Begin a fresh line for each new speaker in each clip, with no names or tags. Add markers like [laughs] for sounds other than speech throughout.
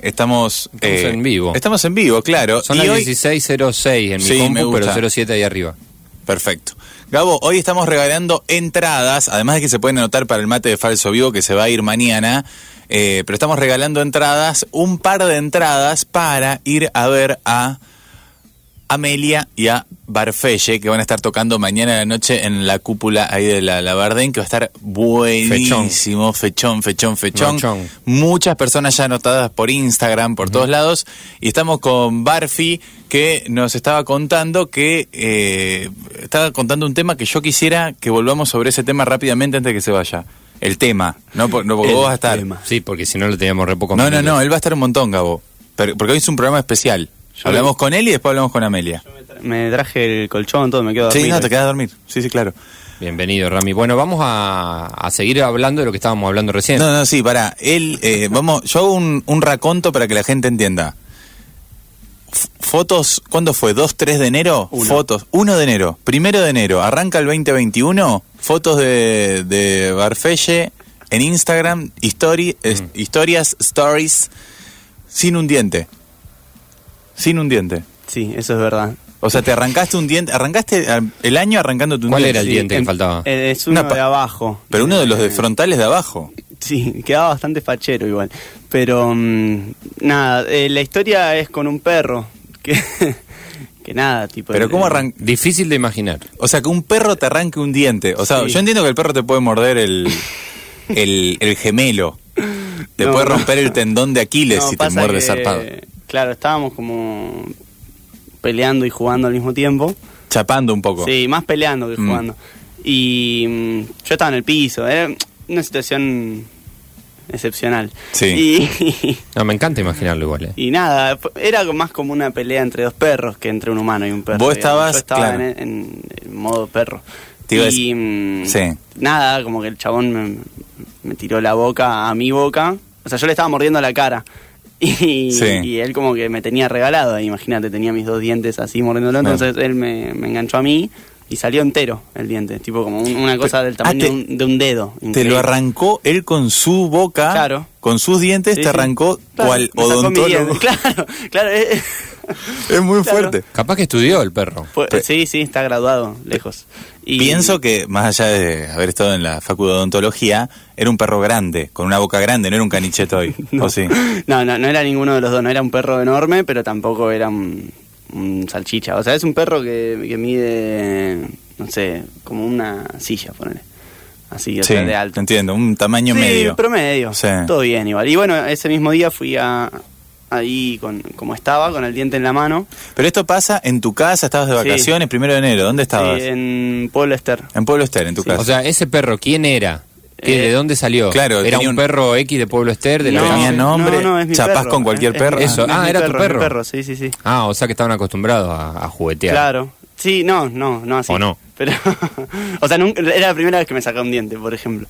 Estamos, eh,
Estamos en vivo.
Estamos en vivo, claro.
Son
Y
las
hoy-
16.06 en mi
Sí, me
compu,
gusta.
pero 07 ahí arriba.
Perfecto. Gabo, hoy estamos regalando entradas, además de que se pueden anotar para el mate de falso vivo que se va a ir mañana, eh, pero estamos regalando entradas, un par de entradas para ir a ver a Amelia y a Barfelle, que van a estar tocando mañana a la noche en la cúpula ahí de la Labardén, que va a estar buenísimo, fechón, fechón, fechón.
Nochón.
Muchas personas ya anotadas por Instagram, por todos lados, y estamos con Barfi, que nos estaba contando que eh, estaba contando un tema que yo quisiera que volvamos sobre ese tema rápidamente antes de que se vaya. El tema, no, por- no porque
El
vos vas a estar.
tema.
Sí, porque si no lo teníamos re poco.
No, no,
minutos.
no, él va a estar un montón, Gabo. Pero- porque hoy es un programa especial. hablamos con él y después hablamos con Amelia.
Me traje el colchón, todo, me quedo
Sí,
dormido.
no, te quedas a dormir. Sí, sí, claro.
Bienvenido, Rami. Bueno, vamos a, a seguir hablando de lo que estábamos hablando recién.
No, no, sí, pará. Él, eh, vamos, yo hago un, un raconto para que la gente entienda. F- fotos, ¿cuándo fue? ¿2, 3 de enero?
Uno.
Fotos. 1 de enero, primero de enero, arranca el 2021, fotos de, de Barfelle en Instagram, histori-
Mm.
es- historias, stories, sin un diente. Sin un diente.
Sí, eso es verdad.
O sea, te arrancaste un diente, arrancaste eh, el año arrancándote un
¿Cuál
diente.
era el
Sí.
diente que faltaba?
Eh, Es uno
Una pa-
de abajo.
Pero uno de los de
Eh,
frontales de abajo.
Sí, quedaba bastante fachero igual. Pero mm, nada, eh, la historia es con un perro. Que, [laughs] que nada, tipo.
Pero
el-
¿cómo
el-
arran
Difícil de imaginar.
O sea, que un perro te arranque un diente. O sea,
Sí.
yo entiendo que el perro te puede morder el, el, el gemelo. Te
No,
puede
no.
romper el tendón de Aquiles
No,
si te
pasa
muerde
que,
zarpado.
Claro, estábamos como peleando y jugando al mismo tiempo.
Chapando un poco.
Sí, más peleando que
Mm.
jugando. Y mm, yo estaba en el piso, era una situación excepcional.
Sí.
Y, [laughs]
No, me encanta imaginarlo igual. eh.
y nada, fue- era más como una pelea entre dos perros que entre un humano y un perro.
Vos estabas,
digamos. Yo estaba
claro.
en, en- en modo perro.
Te iba a
y
decir-
mm,
sí.
nada, como que el chabón me, me tiró la boca a mi boca. O sea, yo le estaba mordiendo la cara. [laughs] Y,
Sí.
y él como que me tenía regalado, ahí, imagínate, tenía mis dos dientes así mordiéndolo,
Claro.
entonces él me, me enganchó a mí y salió entero el diente, tipo como un- una cosa del tamaño
ah, te-
de, un, de un dedo.
Te
increíble.
lo arrancó él con su boca,
Claro.
con sus dientes,
Sí,
te
sí.
arrancó
Claro,
cual
me sacó mi
odontólogo. [laughs]
diente, [laughs] Claro, claro. eh,
Es muy
Claro.
fuerte.
Capaz que estudió el perro.
fue-
Pe-
sí, sí, está graduado, lejos. Y-
Pienso que, más allá de haber estado en la facu de odontología, era un perro grande, con una boca grande, no era un canichetoy.
[laughs] No.
¿O sí?
No, no, no era ninguno de los dos. No era un perro enorme, pero tampoco era un, un salchicha. O sea, es un perro que, que mide, no sé, como una silla, ponele. Así, o
Sí,
sea, de alto.
entiendo, un tamaño
sí,
medio.
promedio.
Sí.
Todo bien, igual. Y bueno, ese mismo día fui a ahí con, como estaba, con el diente en la mano.
Pero esto pasa en tu casa, estabas de
Sí.
vacaciones, primero de enero, ¿dónde estabas?
Sí, eh, en Pueblo Ester.
En Pueblo Ester, en tu casa.
O sea, ese perro, ¿quién era? ¿Qué-
Eh,
¿De dónde salió?
claro,
¿Era
tenía
un,
un-
perro X de Pueblo Ester? De la
No.
Avenida?
tenía nombre,
no, no, es mi
chapás
perro.
con cualquier
Es-
perro.
es-
Eso,
es
ah,
mi
era tu
es mi
perro.
perro, sí, sí, sí.
Ah, o sea que estaban acostumbrados a, a juguetear.
Claro. Sí, no, no, no así.
¿O no?
Pero, [laughs] o sea, nunca, era la primera vez que me sacaba un diente, por ejemplo.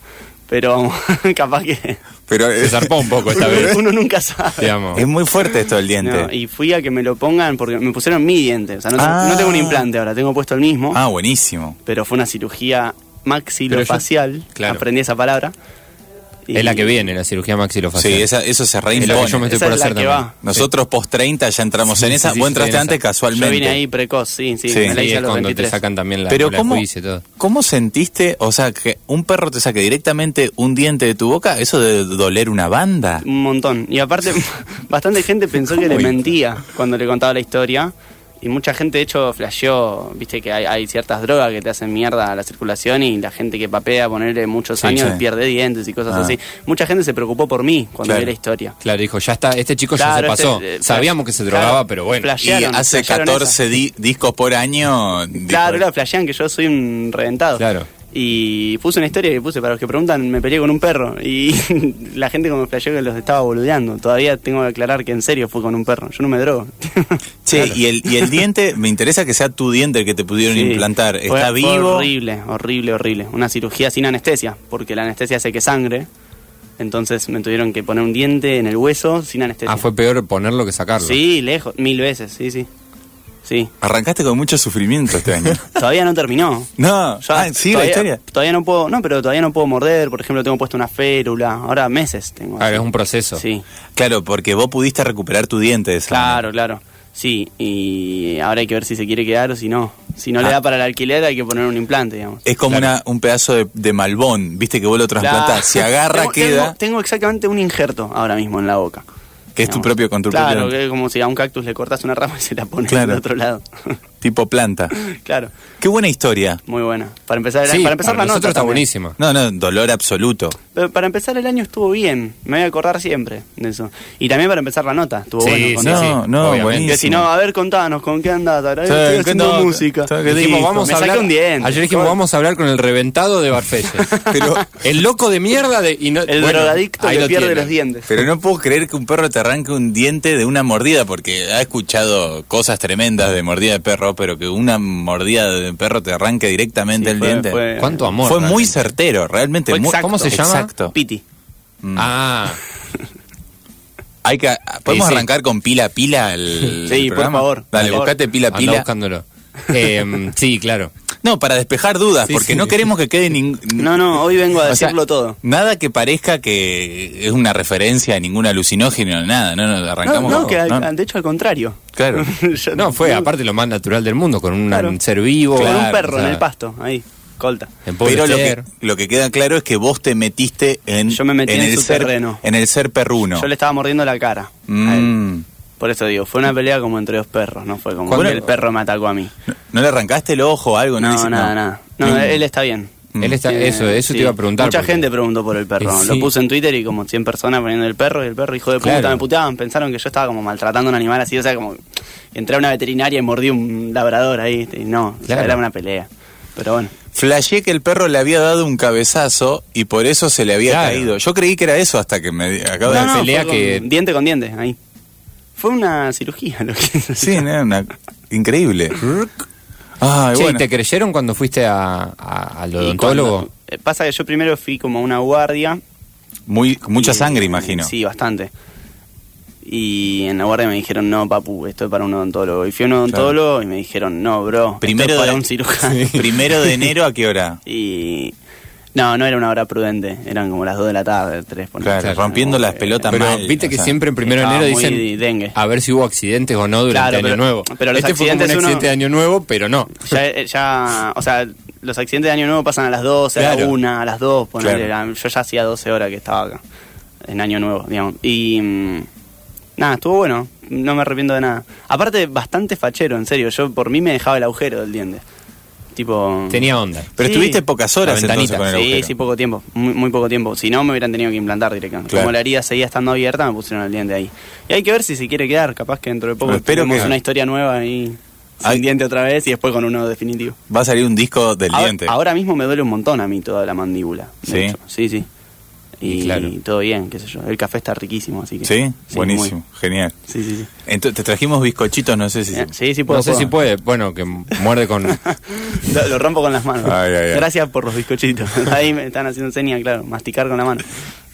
Pero [laughs] capaz que
Pero
Se zarpó un [laughs] poco
[laughs]
esta vez.
uno nunca sabe.
Digamos.
es muy fuerte esto del diente.
No, y fui a que me lo pongan porque me pusieron mi diente. O sea, no, tengo-
Ah.
no tengo un implante ahora, tengo puesto el mismo.
Ah, buenísimo.
Pero fue una cirugía maxilofacial.
Pero yo- claro.
Aprendí esa palabra. Y-
Es la que viene, la cirugía maxilofacial.
Sí, esa- eso se
Es la que yo me
reimpone.
estoy
Esa
por
es la
hacer
que
también.
va.
Nosotros post 30 ya entramos
Sí,
en esa.
sí, sí,
Vos
sí,
entraste
en esa.
antes
Yo
casualmente.
vine ahí precoz, sí, sí.
Sí.
me la
Sí,
hice a
es
los
cuando te
23.
sacan también la,
Pero
la
¿cómo,
juicio y todo.
¿cómo sentiste, o sea, que un perro te saque directamente un diente de tu boca? Eso de doler una banda.
Un montón. Y aparte, [laughs] bastante gente pensó que le
¿Cómo?
mentía cuando le contaba la historia. Y mucha gente, de hecho, flasheó. Viste que hay, hay ciertas drogas que te hacen mierda a la circulación y la gente que papea ponerle muchos
Sí,
años
sí.
pierde dientes y cosas
Ah.
así. Mucha gente se preocupó por mí cuando
Claro.
vi la historia.
Claro, dijo, ya está, este chico
Claro,
ya se
este-
pasó.
eh,
Sabíamos que se
claro,
drogaba, pero bueno.
flash-
Y
Flashearon,
hace
flashearon
14 di- discos por año. dijo-
Claro, claro, flashean que yo soy un reventado.
Claro.
Y puse una historia que puse para los que preguntan, me peleé con un perro. Y [laughs] la gente como flasheó que los estaba boludeando. Todavía tengo que aclarar que en serio fue con un perro. Yo no me drogo. [laughs]
Che, y, el, y el diente, me interesa que sea tu diente el que te pudieron
Sí.
implantar.
Fue-
Está
fue
vivo.
horrible, horrible, horrible. Una cirugía sin anestesia, porque la anestesia hace que sangre. Entonces me tuvieron que poner un
Ah,
diente en el hueso sin anestesia.
Ah, fue peor ponerlo que sacarlo.
Sí, lejos, mil veces, sí, sí. Sí.
Arrancaste con mucho sufrimiento este año.
Todavía [laughs] no terminó.
No,
Yo
ah, sí, la
todavía-
historia.
Todavía no puedo, no, pero todavía no puedo morder. Por ejemplo, tengo puesto una férula. Ahora meses tengo.
Ah,
Claro,
así.
es un proceso.
Sí,
Claro, porque vos pudiste recuperar tu diente de esa manera.
claro, claro. Sí, y ahora hay que ver si se quiere quedar o si no. Si no le
Ah.
da para el alquiler, hay que poner un implante, digamos.
Es como una- un pedazo de, de malbón, viste que vos lo
Claro.
trasplantás. Se agarra,
Tengo-
queda,
Tengo, tengo exactamente un injerto ahora mismo en la boca.
que es tu
Digamos.
propio con tu
Claro,
propio
que es como si a un cactus le cortas una rama y se la pones
Claro.
del otro lado. [laughs]
tipo planta.
claro,
Qué buena historia.
muy buena. Para empezar, el-
Sí,
para empezar
para
la nota.
nosotros está
también.
buenísima.
No, no, dolor absoluto.
Pero para empezar el año estuvo bien. Me voy a acordar siempre de eso. Y también para empezar la nota. Estuvo
Sí,
bueno.
sí,
contar.
no,
sí,
no,
obviamente.
Que si
buenísimo.
no, a ver, contanos, ¿con qué andás? Ahora
Sí,
estoy haciendo
no,
música.
está- que
Dijimos,
listo.
vamos
Me
a
saqué
hablar.
un diente.
Ayer dijimos,
Bueno.
vamos a hablar con el reventado de
[laughs]
Barfelles.
Pero,
el loco de mierda de. y no-
El
bueno,
drogadicto
ahí
que
lo
pierde
tiene.
los dientes.
pero no puedo creer que un perro te arranque un diente de una mordida, porque ha escuchado cosas tremendas de mordida de perro, pero que una mordida de perro te arranque directamente
Sí,
el
fue-
diente.
fue- eh,
¿Cuánto amor?
Fue muy
realmente.
certero, realmente.
Fue
muy-
exacto.
¿Cómo se llama?
Exacto.
Piti. [laughs]
Ah,
Hay que, ¿Podemos
Sí, sí.
arrancar con pila a pila el,
Sí,
el
por
programa?
favor,
Dale,
por favor.
buscate pila a
anda
pila.
buscándolo. Eh, sí,
[laughs]
claro.
No, para despejar dudas,
Sí,
porque
sí.
no queremos que quede ningún...
No, no, hoy vengo a decirlo todo.
Nada que parezca que es una referencia a ningún alucinógeno, nada. No, no,
No,
arrancamos.
no,
con-
que al-
no.
de hecho al contrario.
Claro.
[laughs] Yo-
No, fue aparte lo más natural del mundo, con un
Claro.
ser vivo.
Con
claro,
un perro
o sea,
en el pasto, ahí, colta.
en pobre
Pero lo que,
ser.
lo que queda claro es que vos te metiste en,
Yo me metí en
el
su
ser,
terreno.
En el ser perruno.
Yo le estaba mordiendo la cara. a él.
Mm.
Por eso digo, fue una pelea como entre dos perros, no fue como
¿Cuándo-
que el perro me atacó a mí.
¿No le arrancaste el ojo o algo?
No,
le hice-
nada, nada. No,
Mm.
él está bien.
Él está,
Tiene-
eso, eso
sí.
te iba a preguntar.
Mucha
porque-
gente preguntó por el perro.
Y sí.
Lo puse en Twitter y como 100 personas poniendo el perro y el perro, hijo de puta,
Claro.
me puteaban. Pensaron que yo estaba como maltratando a un animal así. O sea, como entré a una veterinaria y mordí un labrador ahí. Y no, o sea,
Claro.
era una pelea. Pero bueno,
Flashé que el perro le había dado un cabezazo y por eso se le había
Claro.
caído. Yo creí que era eso hasta que me acabo
Una
de
No, no,
pelea
fue
que-
con- diente con diente ahí. Fue una cirugía lo
[laughs]
que
Sí, no, una- increíble. Ay,
Che, ¿y
bueno.
¿te creyeron cuando fuiste a- a- al
Y
odontólogo?
cuando- eh, pasa que yo primero fui como a una guardia.
Muy, mucha
y-
sangre, imagino.
Sí, bastante. Y en la guardia me dijeron, no, papu, esto es para un odontólogo. Y fui a un odontólogo y me dijeron, no, bro,
Primero
esto es para
de- [laughs]
un [laughs] cirujano.
Primero de enero, ¿a qué hora?
Y... No, no era una hora prudente, eran como las 2 de la tarde, Eh, 3.
Claro, rompiendo las pelotas
Pero
mal,
viste
o
que
sea.
siempre en primero de
Estaba
enero
muy
dicen
dengue.
a ver si hubo accidentes o no durante
Claro,
Año
pero-
Nuevo.
pero los
este fue como un
accidentes uno-
accidente de Año Nuevo, pero no.
Ya, eh, ya, o sea, los accidentes de Año Nuevo pasan a las 12, a la
Claro.
1, a las 2. ponele,
Claro.
la- yo ya hacía 12 horas que estaba acá, en Año Nuevo, digamos. Y mm, nada, estuvo bueno, no me arrepiento de nada. Aparte, bastante fachero, en serio. Yo por mí me dejaba el agujero del diente. Tipo.
Tenía onda.
Pero
Sí.
estuviste pocas horas
La
entonces
ventanita.
con el
Sí,
agujero.
sí, poco tiempo, muy, muy poco tiempo. Si no, me hubieran tenido que implantar directamente.
Claro.
Como la herida seguía estando abierta, me pusieron el diente ahí. Y hay que ver si se quiere quedar, capaz que dentro de poco
Pero espero
tenemos
que-
una historia nueva y sin
Ay.
diente otra vez y después con uno definitivo.
Va a salir un disco del
Ahora,
diente.
ahora mismo me duele un montón a mí toda la mandíbula. de
¿Sí?
hecho. Sí, sí. Y,
Y claro.
todo bien, qué sé yo. El café está riquísimo, así que.
¿Sí? Buenísimo,
muy.
genial.
Sí, sí, sí.
Entonces, te trajimos bizcochitos, no sé si...
Eh, Sí, sí, puedo.
No sé
puedo.
si puede, bueno, que muerde
[laughs]
con...
Lo, lo rompo con las manos.
Ay, ay, ay.
Gracias por los bizcochitos. [laughs] Ahí me están haciendo señas, claro, masticar con la mano.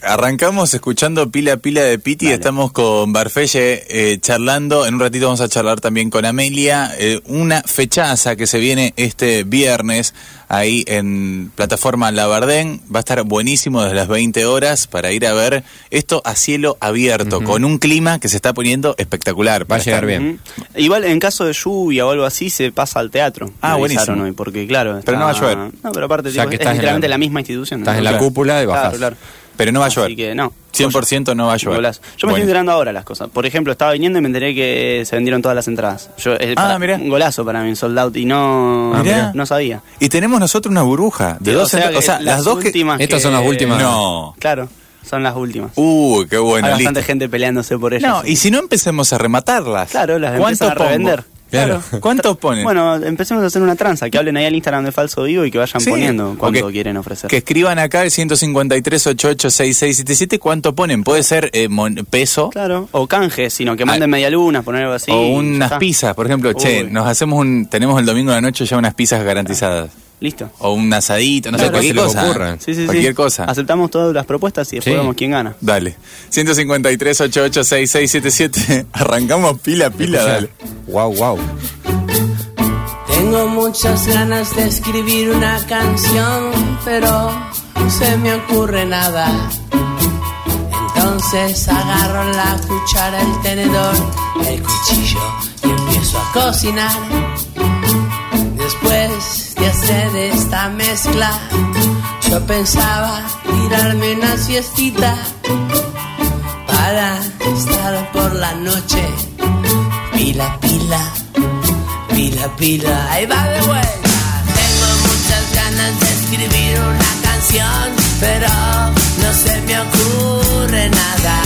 Arrancamos escuchando Pila a Pila de Piti,
Dale.
estamos con Barfelle eh, charlando, en un ratito vamos a charlar también con Amelia, eh, una fechaza que se viene este viernes ahí en plataforma Labardén, va a estar buenísimo desde las 20 horas para ir a ver esto a cielo abierto, con un clima que se está poniendo espectacular. para
llegar
estar.
bien.
Ujú. ¿Mm? Igual en caso de lluvia o algo así se pasa al teatro.
Ah,
Me avisaron
buenísimo.
Hoy, porque claro,
Pero no va a llover.
No, pero aparte
Ya
tipo,
que
es
estás en
literalmente
la-
la... misma institución.
Estás en la
Claro.
cúpula y bajás.
Claro, claro.
Pero no va a llover.
Así que no.
100% no va a llover.
Golazo. Yo me
Bueno.
estoy enterando ahora las cosas. Por ejemplo, estaba viniendo y me enteré que se vendieron todas las entradas. Yo, eh,
Ah,
para-
mirá.
Un golazo para mí, sold out. Y no,
Ah, mirá.
no sabía.
Y tenemos nosotros una burbuja de dos,
sea
ent- o
que
sea, las dos que...
últimas
Estas son las últimas.
No.
Claro, son las últimas.
Uy, qué bueno.
Hay bastante
listo.
gente peleándose por ellas.
No, y si no empecemos a rematarlas.
Claro, las
¿Cuántos
empiezan a revender.
Claro. ¿Cuántos ponen?
Bueno, empecemos a hacer una tranza, que hablen ahí al Instagram de Falso Vivo y que vayan
Sí.
poniendo cuánto
Ok.
quieren ofrecer.
Que escriban acá el 153-886677. ¿Cuánto ponen? Puede ser eh, mon- peso
Claro, o canje, sino que manden
Ah.
media luna, poner algo así.
o
y ya
unas
está.
pizzas. Por ejemplo, che,
Uy.
nos hacemos un. Tenemos el domingo de la noche ya unas pizzas garantizadas.
Listo.
O un asadito, no
Lo
sé,
que
cualquier
se les
cosa.
ocurra.
Sí, sí, sí.
cualquier cosa.
Aceptamos todas las propuestas y después
Sí.
vemos quién gana.
Dale. [laughs] 153-886677. Arrancamos pila a pila, dale.
Wow, wow.
Tengo muchas ganas de escribir una canción, pero no se me ocurre nada. Entonces agarro la cuchara, el tenedor, el cuchillo y empiezo a cocinar. Después de hacer esta mezcla, yo pensaba tirarme una siestita para estar por la noche. Pila, pila, pila, pila, ahí va de vuelta. Tengo muchas ganas de escribir una canción, pero no se me ocurre nada.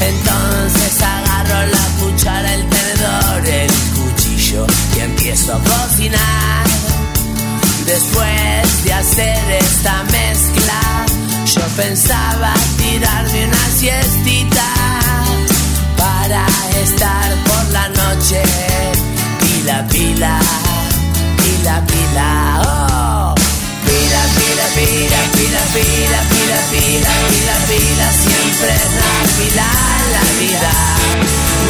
Entonces agarro la cuchara, el tenedor, el cuchillo y empiezo a cocinar. Después de hacer esta mezcla, yo pensaba tirarme una siestita para estar por la noche. Pila, pila, pila, pila, oh. Pila, pila, pila, pila, pila, pila, pila, pila, pila, siempre rápida la vida.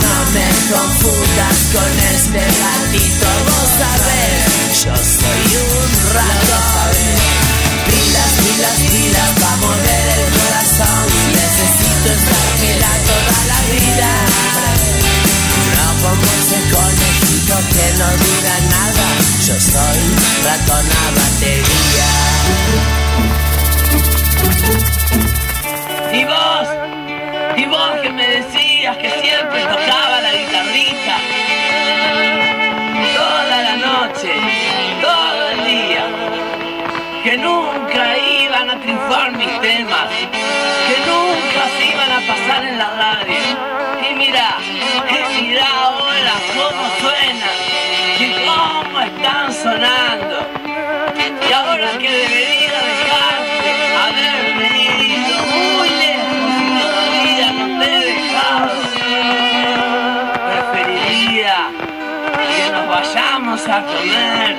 No me confundas con este gatito, vos sabés, yo soy un ratón. Pilas, pilas, pilas, va a mover el corazón. Necesito estar toda la vida. No como ese conejito que no dura nada. Yo soy ratón a batería.
Y vos, y vos que me decías que siempre tocaba la guitarrita. Toda la noche, todo el día. Que nunca iban a triunfar mis temas. Que nunca se iban a pasar en la radio. Y mirá, y mirá ahora cómo suenan. Y cómo están sonando. Y ahora que debería dejarte, haber venido muy lejos y todavía no te he dejado, preferiría que nos vayamos a comer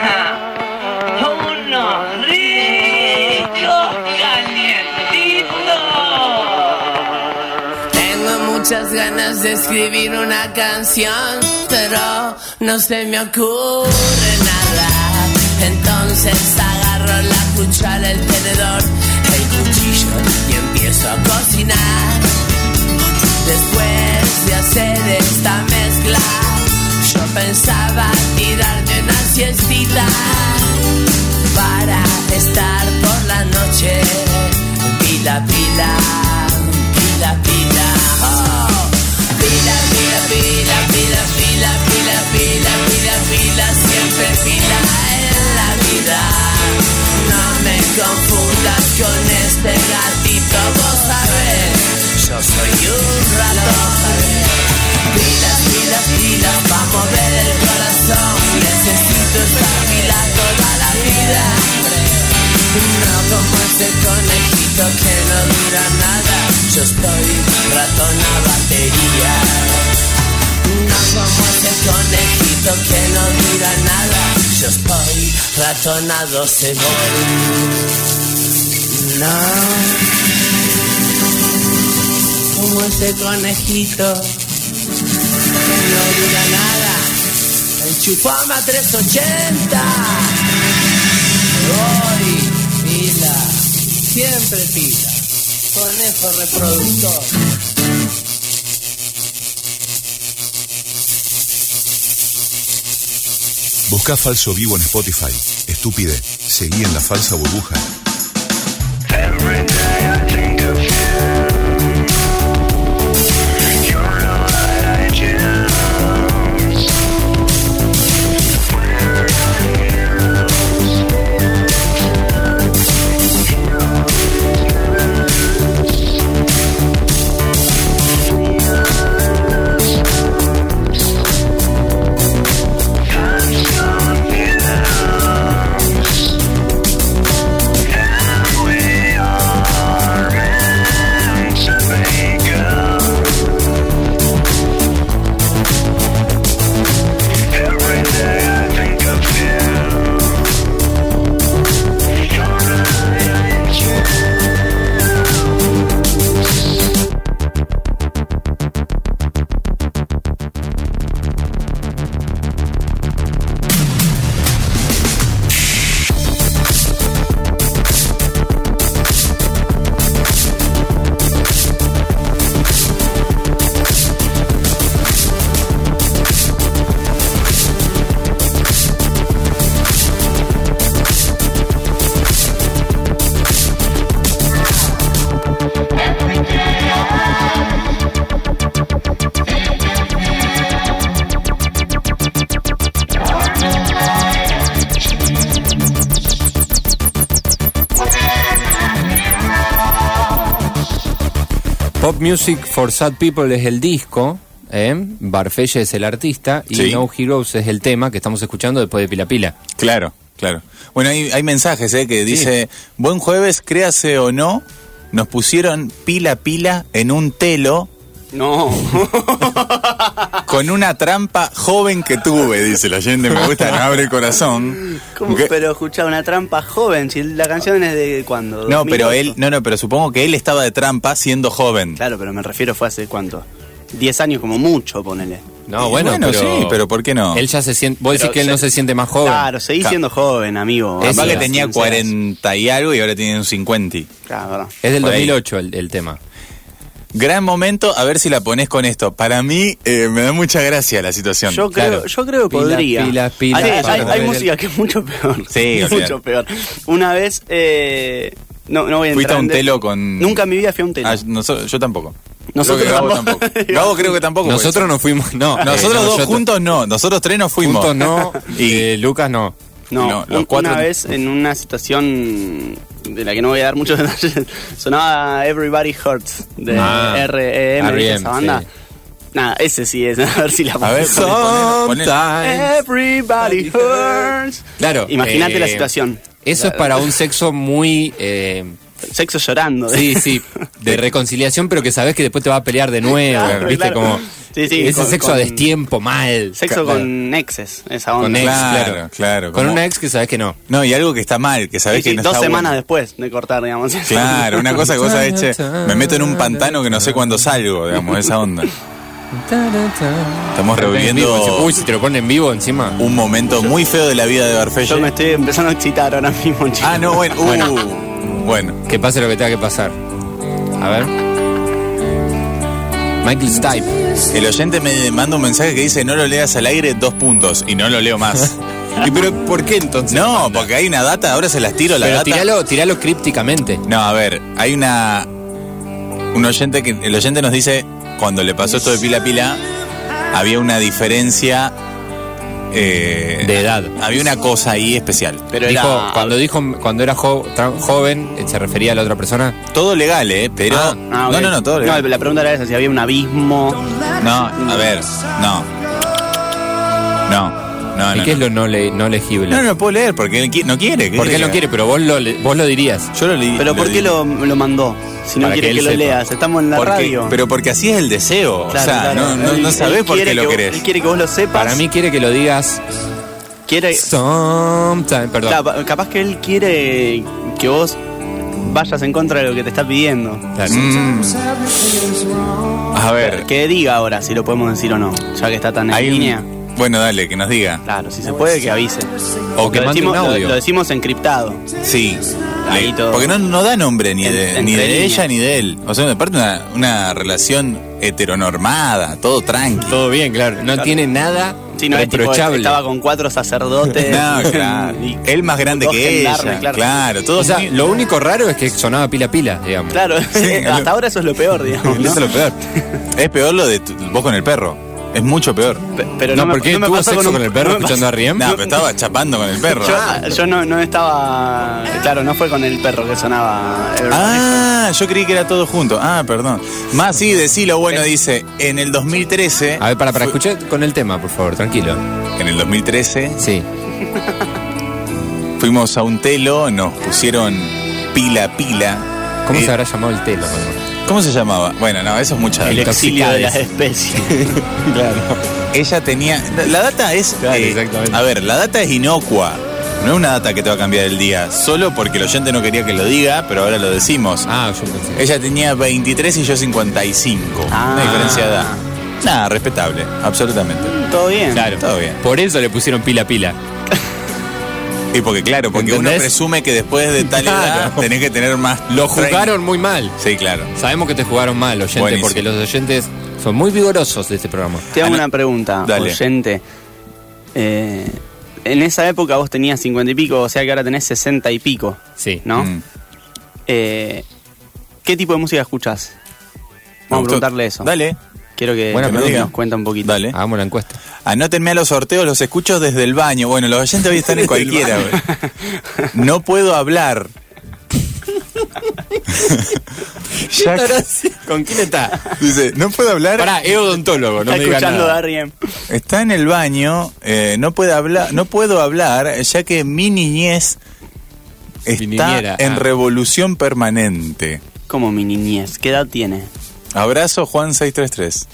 ja, unos ricos calientitos.
Tengo muchas ganas de escribir una canción, pero no se me ocurre nada. Entonces agarro la cuchara, el tenedor, el cuchillo y empiezo a cocinar. Después de hacer esta mezcla, yo pensaba tirarme una siestita para estar por la noche. Pila, pila, pila, pila, oh. pila, pila, pila, pila, pila, pila, pila, pila, pila, siempre pila en la vida. No me confundas con este gatito, vos sabés, yo soy un ratón. Pilas, pilas, pilas, va a mover el corazón. Necesito estar pila toda la vida. No como ese conejito que no dura nada. Yo estoy ratón a batería. No como ese conejito que no dura nada. Yo estoy ratón a 12 volt. No. Como ese conejito que no dura nada. El Chupama 380. Hoy, pila, siempre pila. Conejo reproductor.
Busca Falso Vivo en Spotify. Estúpide, seguí en la falsa burbuja.
Every day I think of you. You're all that I need.
Pop Music for Sad People es el disco. ¿eh? Barfelle es el artista y
Sí.
No Heroes es el tema que estamos escuchando después de Pila Pila.
Claro, claro. Bueno, hay, hay mensajes ¿eh? que dice, buen jueves, créase o no, nos pusieron pila pila en un telo
No.
con una trampa joven que tuve, dice la gente, me gusta, me abre el corazón.
¿Cómo?
Que-
Pero escuchá, una trampa joven. Si la canción es de cuándo.
no, pero
2008.
él, no, no, pero supongo que él estaba de trampa siendo joven.
Claro, pero me refiero fue hace cuánto. 10 años como mucho, ponele.
No,
Y
bueno,
bueno,
pero,
sí, pero ¿por qué no?
Él ya se siente. Vos decís
Pero
que él no
se-
se siente más joven.
Claro, seguí
Claro.
siendo joven, amigo.
Es
Capaz que
sí,
amiga,
tenía
sinceras.
40 y algo y ahora tiene un 50.
Claro, verdad.
Es del
Por ahí.
2008 el, el tema.
Gran momento, a ver si la pones con esto. Para mí eh, me da mucha gracia la situación.
Yo creo,
Claro.
yo creo que
Pilas,
podría.
pilas, pilas,
hay, hay-
para
hay
mover el-
música que es mucho peor. [laughs]
Sí, o sea.
mucho peor. Una vez, eh, no, no voy a entrar.
Fuiste a
en
un
de-
telo con...
Nunca en mi vida fui a un telo.
Ah, noso- yo tampoco.
Nosotros
Creo que Gabo
tampoco.
Gabo creo que tampoco. pues.
Nosotros no fuimos. No,
[laughs]
eh,
Nosotros
no,
dos
yo to-
juntos no, nosotros tres no fuimos.
juntos no.
[laughs] Y-
y Lucas no.
no,
no,
un-
los cuatro-
una vez en una situación de la que no voy a dar muchos [laughs] detalles, sonaba Everybody Hurts de
Ah,
R.E.M. ¿viste
R.E.M.,
esa banda.
sí.
Nada, ese sí es, [laughs] a ver si la
A ver,
pongo.
ponelo, ponelo.
Everybody Hurts.
Claro.
Imagínate
eh,
la situación.
Eso es para un sexo muy. eh,
Sexo llorando.
Sí,
[laughs]
sí,
[laughs]
de reconciliación, pero que sabes que después te va a pelear de nuevo,
Claro,
¿viste?
claro.
Como
Sí, sí,
ese
con-
sexo a
con-
destiempo, mal.
Sexo
Claro.
con exes, esa onda.
Con ex,
Claro,
claro.
claro,
Con
como-
una ex que sabes que no.
No, y algo que está mal, que sabés
Sí, sí,
que no
dos
está
semanas
bueno.
después de cortar, digamos.
Claro,
[laughs]
una cosa que vos sabés, che, me meto en un pantano que no sé cuándo salgo, digamos, esa onda. Estamos reviviendo
Uy, si te lo ponen en vivo encima.
un momento muy feo de la vida de
Yo me
Barfelle.
estoy empezando a excitar ahora mismo, chicos.
Ah, no, bueno, uh, bueno.
Que pase lo que tenga que pasar. A ver. Michael Stipe.
El oyente me manda un mensaje que dice no lo leas al aire, dos puntos, y no lo leo más.
[laughs] ¿Y pero por qué entonces?
No, porque hay una data, ahora se las tiro la
Pero
data.
tiralo, tiralo crípticamente.
No, a ver, hay una. Un oyente que. El oyente nos dice, cuando le pasó esto de pila a pila, había una diferencia. eh,
De edad.
Había una cosa ahí especial.
Pero
Dijo-
era-
cuando dijo cuando era jo- tra- joven, eh, se refería a la otra persona.
Todo legal, ¿eh? Pero.
Ah,
Ah, ok.
No, no, no, todo legal.
No, la pregunta era esa, si había un abismo.
No, a ver, no. No, no, no.
¿Y qué es
no.
lo no, le- no legible?
No, no lo puedo leer porque él qui- no quiere.
Porque él
no
no quiere, pero vos lo, le- vos lo dirías.
Yo lo leí.
Pero ¿por qué
di-
lo, lo mandó? Si no
Para
quiere
que
que,
él
lo
sepa.
leas, estamos en la
porque-
radio.
Pero porque así es el deseo. o
Claro,
sea,
claro.
no, no,
Él-
no sabés
él
por qué
quiere
lo
que vos-
querés.
Él quiere que vos lo sepas.
Para mí quiere que lo digas
quiere.
sometime, perdón.
Claro, pa- capaz que él quiere que vos vayas en contra de lo que te está pidiendo.
Claro.
Mm. A ver.
Que diga ahora si lo podemos decir o no, ya que está tan en
Hay un-
línea.
Bueno, dale, que nos diga.
Claro, si se puede que avise.
O que
lo,
mande un
decimos, lo-
audio.
lo decimos encriptado.
Sí. Le-
Ahí todo.
Porque no, no da nombre ni
En-
de,
entre
ni de
líneas.
ella ni de él. O sea, aparte una, una relación heteronormada, todo tranqui.
Todo bien, claro. No tiene nada
Sí, no es tipo,
reprochable.
estaba con cuatro sacerdotes.
[laughs] No,
[laughs]
claro.
Y-
Él más grande
dos
que ella.
gendarmes,
Claro,
claro.
todo
O sea,
muy-
lo único raro es que sonaba pila pila, digamos.
Claro,
Sí,
[laughs] hasta
lo-
ahora eso es lo peor, digamos.
[laughs]
¿no?
Eso es lo
[laughs]
peor. Es peor lo de tu- vos con el perro. Es mucho peor.
Pe- Pero
no,
no, me-
porque
no me
tuvo
pasó
sexo con,
un-
el perro
no me
escuchando a Riem.
No, pero estaba chapando con el perro.
pasó- Yo, yo no, no estaba. Claro, no fue con el perro que sonaba. eh, el-
Ah, yo creí que era todo junto. Ah, perdón. Más sí, decilo bueno, dice, en el 2013...
A ver, para, para
fue-
escuchar con el tema, por favor, tranquilo.
En el 2013
Sí.
Fuimos a un telo, nos pusieron pila a pila.
¿Cómo
Eh,
se habrá llamado el telo?
¿Cómo se llamaba? Bueno, no, eso es mucha
el
data.
exilio de las especies.
[laughs]
Ella tenía. la- La data es. eh,
Claro, exactamente.
A ver, la data es inocua. No es una data que te va a cambiar el día. Solo porque el oyente no quería que lo diga, pero ahora lo decimos.
Ah, yo pensé.
Ella tenía 23 y yo 55. Una
Ah.
diferencia de edad. Nada, respetable, absolutamente.
Todo bien.
Claro.
Todo bien.
Por eso le pusieron pila pila.
Y porque, claro, porque uno
¿Entendés?
presume que después de tal edad
Claro.
tenés que tener más.
Lo
training.
jugaron muy mal.
Sí, claro.
Sabemos que te jugaron mal, oyente,
Buenísimo.
porque los oyentes son muy vigorosos de este programa.
Te hago
Ana-
una pregunta,
Dale.
oyente. Eh, en esa época vos tenías cincuenta y pico, o sea que ahora tenés sesenta y pico,
Sí.
¿no?
Mm.
Eh, ¿Qué tipo de música escuchás?
Me
Vamos a
gustó.
preguntarle eso.
Dale,
Quiero que,
Buena
que
pregunta.
nos cuenta un poquito. Ah.
dale.
Hagamos la encuesta.
[laughs] Anótenme a los sorteos, los escucho desde el baño. Bueno, los oyentes hoy
[laughs]
están en cualquiera. güey. No puedo hablar. [laughs] ya,
¿Con quién está?
Dice, no puede hablar.
Pará, es odontólogo, no
Está
me diga
escuchando
nada.
Darry M.
Está en el baño, eh, no puede hablar, no puedo hablar, ya que mi niñez está
niñera,
en
ah.
revolución permanente.
Como mi niñez, ¿qué edad tiene?
Abrazo Juan 633.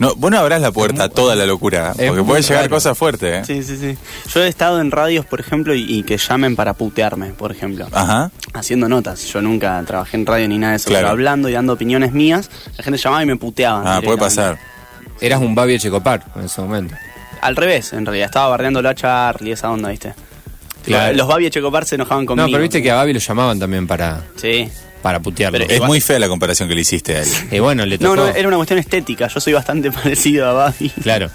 No, vos no abrás la puerta a toda la locura,
es
porque
muy
puede llegar
raro.
cosas fuertes. ¿eh?
Sí, sí, sí. Yo he estado en radios, por ejemplo, y, y que llamen para putearme, por ejemplo.
Ajá.
Haciendo notas. Yo nunca trabajé en radio ni nada de eso.
Claro.
Pero hablando y dando opiniones mías, la gente llamaba y me puteaba.
Ah, puede pasar.
directamente.
Eras un Babi Checopar en ese momento.
Al revés, en realidad. Estaba bardeándolo a Charlie, esa onda, ¿viste?
Claro.
Los Babi Checopar se enojaban conmigo.
No, pero viste que a Babi lo llamaban también para,
Sí.
para putearlo.
Pero
Es muy fea la comparación que le hiciste a él.
Y bueno, le tocó.
No, no, era una cuestión estética. Yo soy bastante [laughs] parecido a Babi.
Claro.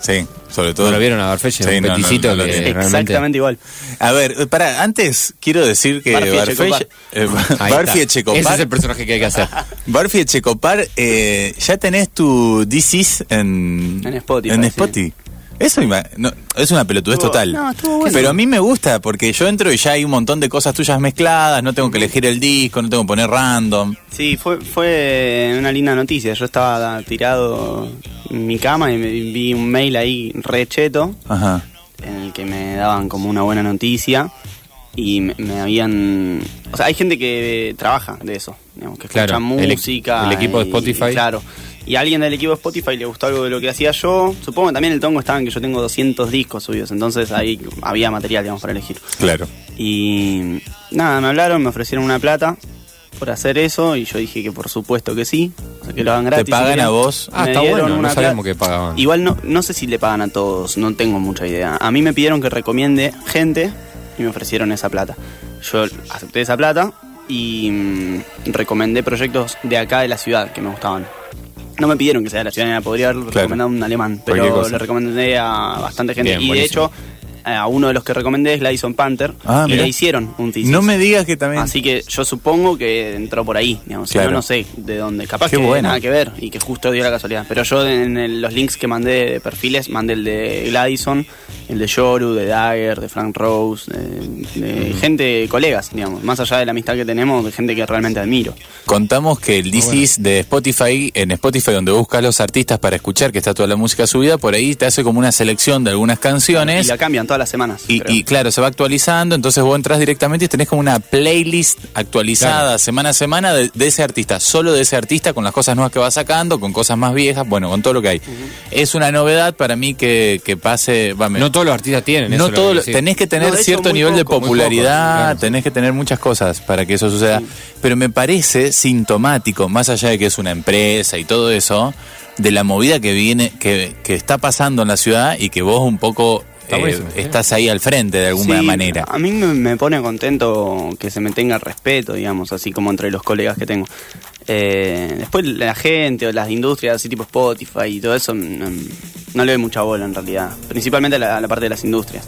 Sí, sobre todo.
¿No lo vieron a Barfeche?
Sí,
un
no, no,
peticito
no lo
que
tiene.
realmente-
Exactamente igual.
A ver, eh, pará, antes quiero decir que
Barfi
Barfie-
Echecopar.
eh,
Ahí está.
Barfi Echecopar.
Ese es el personaje que hay que hacer.
Barfi Echecopar, eh, ya tenés tu DCs en,
En Spotify,
en
sí.
Spotify. Eso ima- no, es una pelotudez
Estuvo-
total.
no, estuvo bueno.
Pero a mí me gusta porque yo entro y ya hay un montón de cosas tuyas mezcladas, no tengo que elegir el disco, no tengo que poner random.
Sí, fue, fue una linda noticia. Yo estaba tirado en mi cama y me- vi un mail ahí recheto
Ajá.
en el que me daban como una buena noticia y me, me habían... O sea, hay gente que trabaja de eso, digamos, que escucha
Claro, el equ-
música.
el equipo de Spotify.
y claro. Y a alguien del equipo de Spotify le gustó algo de lo que hacía yo. Supongo que también el tongo estaba en que yo tengo 200 discos subidos, entonces ahí había material, digamos, para elegir.
Claro.
Y nada, me hablaron, me ofrecieron una plata por hacer eso y yo dije que por supuesto que sí, o sea, que lo hagan gratis.
¿Te pagan
si quieren.
a vos?
Ah,
Me
está
dieron
bueno, no
una
sabíamos
plata.
que pagaban.
Igual no, no sé si le pagan a todos, no tengo mucha idea. A mí me pidieron que recomiende gente y me ofrecieron esa plata. Yo acepté esa plata y mm, recomendé proyectos de acá de la ciudad que me gustaban. No me pidieron que sea de la ciudad, ni nada, podría haber recomendado un alemán,
Cualquier
pero
cosa.
le recomendé a bastante gente.
Bien,
y
buenísimo.
de hecho, Eh, a uno de los que recomendé es Lyson Panther
Ah,
y
mirá.
le hicieron un tesis.
No me digas que también.
Así que yo supongo que entró por ahí, digamos.
Claro.
Yo no sé de dónde. Capaz
Qué
que
bueno.
nada que ver y que justo dio la casualidad. Pero yo en el- los links que mandé de perfiles, mandé el de Gladison, el de Yoru, de Dagger, de Frank Rose, de, de gente, colegas, digamos. Más allá de la amistad que tenemos, de gente que realmente admiro.
Contamos que el DCs de Spotify, en Spotify donde buscas los artistas para escuchar que está toda la música subida, por ahí te hace como una selección de algunas
y
canciones.
la cambian todas las semanas.
Y,
creo.
y, claro, se va actualizando, entonces vos entras directamente y tenés como una playlist actualizada
Claro.
semana a semana de, de ese artista, solo de ese artista, con las cosas nuevas que va sacando, con cosas más viejas, bueno, con todo lo que hay. Es una novedad para mí que, que pase... va, me-
No todos los artistas tienen
no
eso.
todo lo-
lo que decís.
tenés que tener
No, de hecho,
cierto
muy
nivel de
poco, muy
popularidad,
poco, claro.
tenés que tener muchas cosas para que eso suceda. Pero me parece sintomático, más allá de que es una empresa y todo eso, de la movida que viene, que, que está pasando en la ciudad y que vos un poco
Está
eh,
buenísimo, sí.
estás ahí al frente de alguna
Sí,
manera.
A mí me, me pone contento que se me tenga respeto, digamos, así como entre los colegas que tengo. Eh, después la gente o las industrias, así tipo Spotify y todo eso, no, no le doy mucha bola en realidad. Principalmente a la, a la parte de las industrias.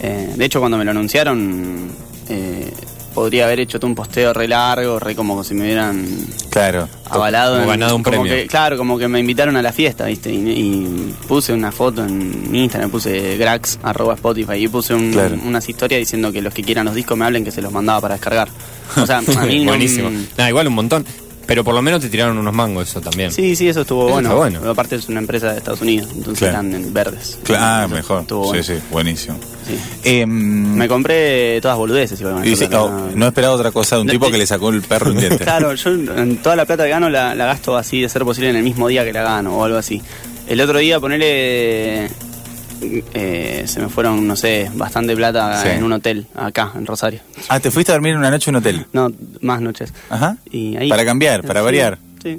Eh, de hecho, cuando me lo anunciaron, eh, podría haber hecho todo un posteo re largo, re como si me hubieran
Claro.
avalado
Como
en-
ganado un
como
premio.
que- claro como que me invitaron a la fiesta viste y, y puse una foto en Instagram puse grax arroba Spotify y puse un-
Claro.
unas historias diciendo que los que quieran los discos me hablen que se los mandaba para descargar
[laughs]
o sea a mí no-
Buenísimo. Nada, igual un montón. Pero por lo menos te tiraron unos mangos eso también.
sí sí eso estuvo
Eso
bueno.
está bueno.
aparte es una empresa de Estados Unidos entonces
Claro.
eran en verdes
Claro, ah,
Eso
mejor.
estuvo bueno.
Sí, sí, buenísimo.
Sí.
Em,
me compré todas boludeces igual, con
y
esa
sí,
plata.
oh, no esperaba otra cosa de un
No,
tipo
te-
que le sacó el perro un diente.
[laughs] Claro, yo en toda la plata que gano la, la gasto así de ser posible en el mismo día que la gano o algo así. El otro día ponele... eh, se me fueron, no sé, bastante plata
Sí.
en un hotel acá, en Rosario.
Ah, te fuiste a dormir una noche en un hotel.
No, más noches.
Ajá.
Y ahí-
Para cambiar, para
Sí,
variar.
Sí.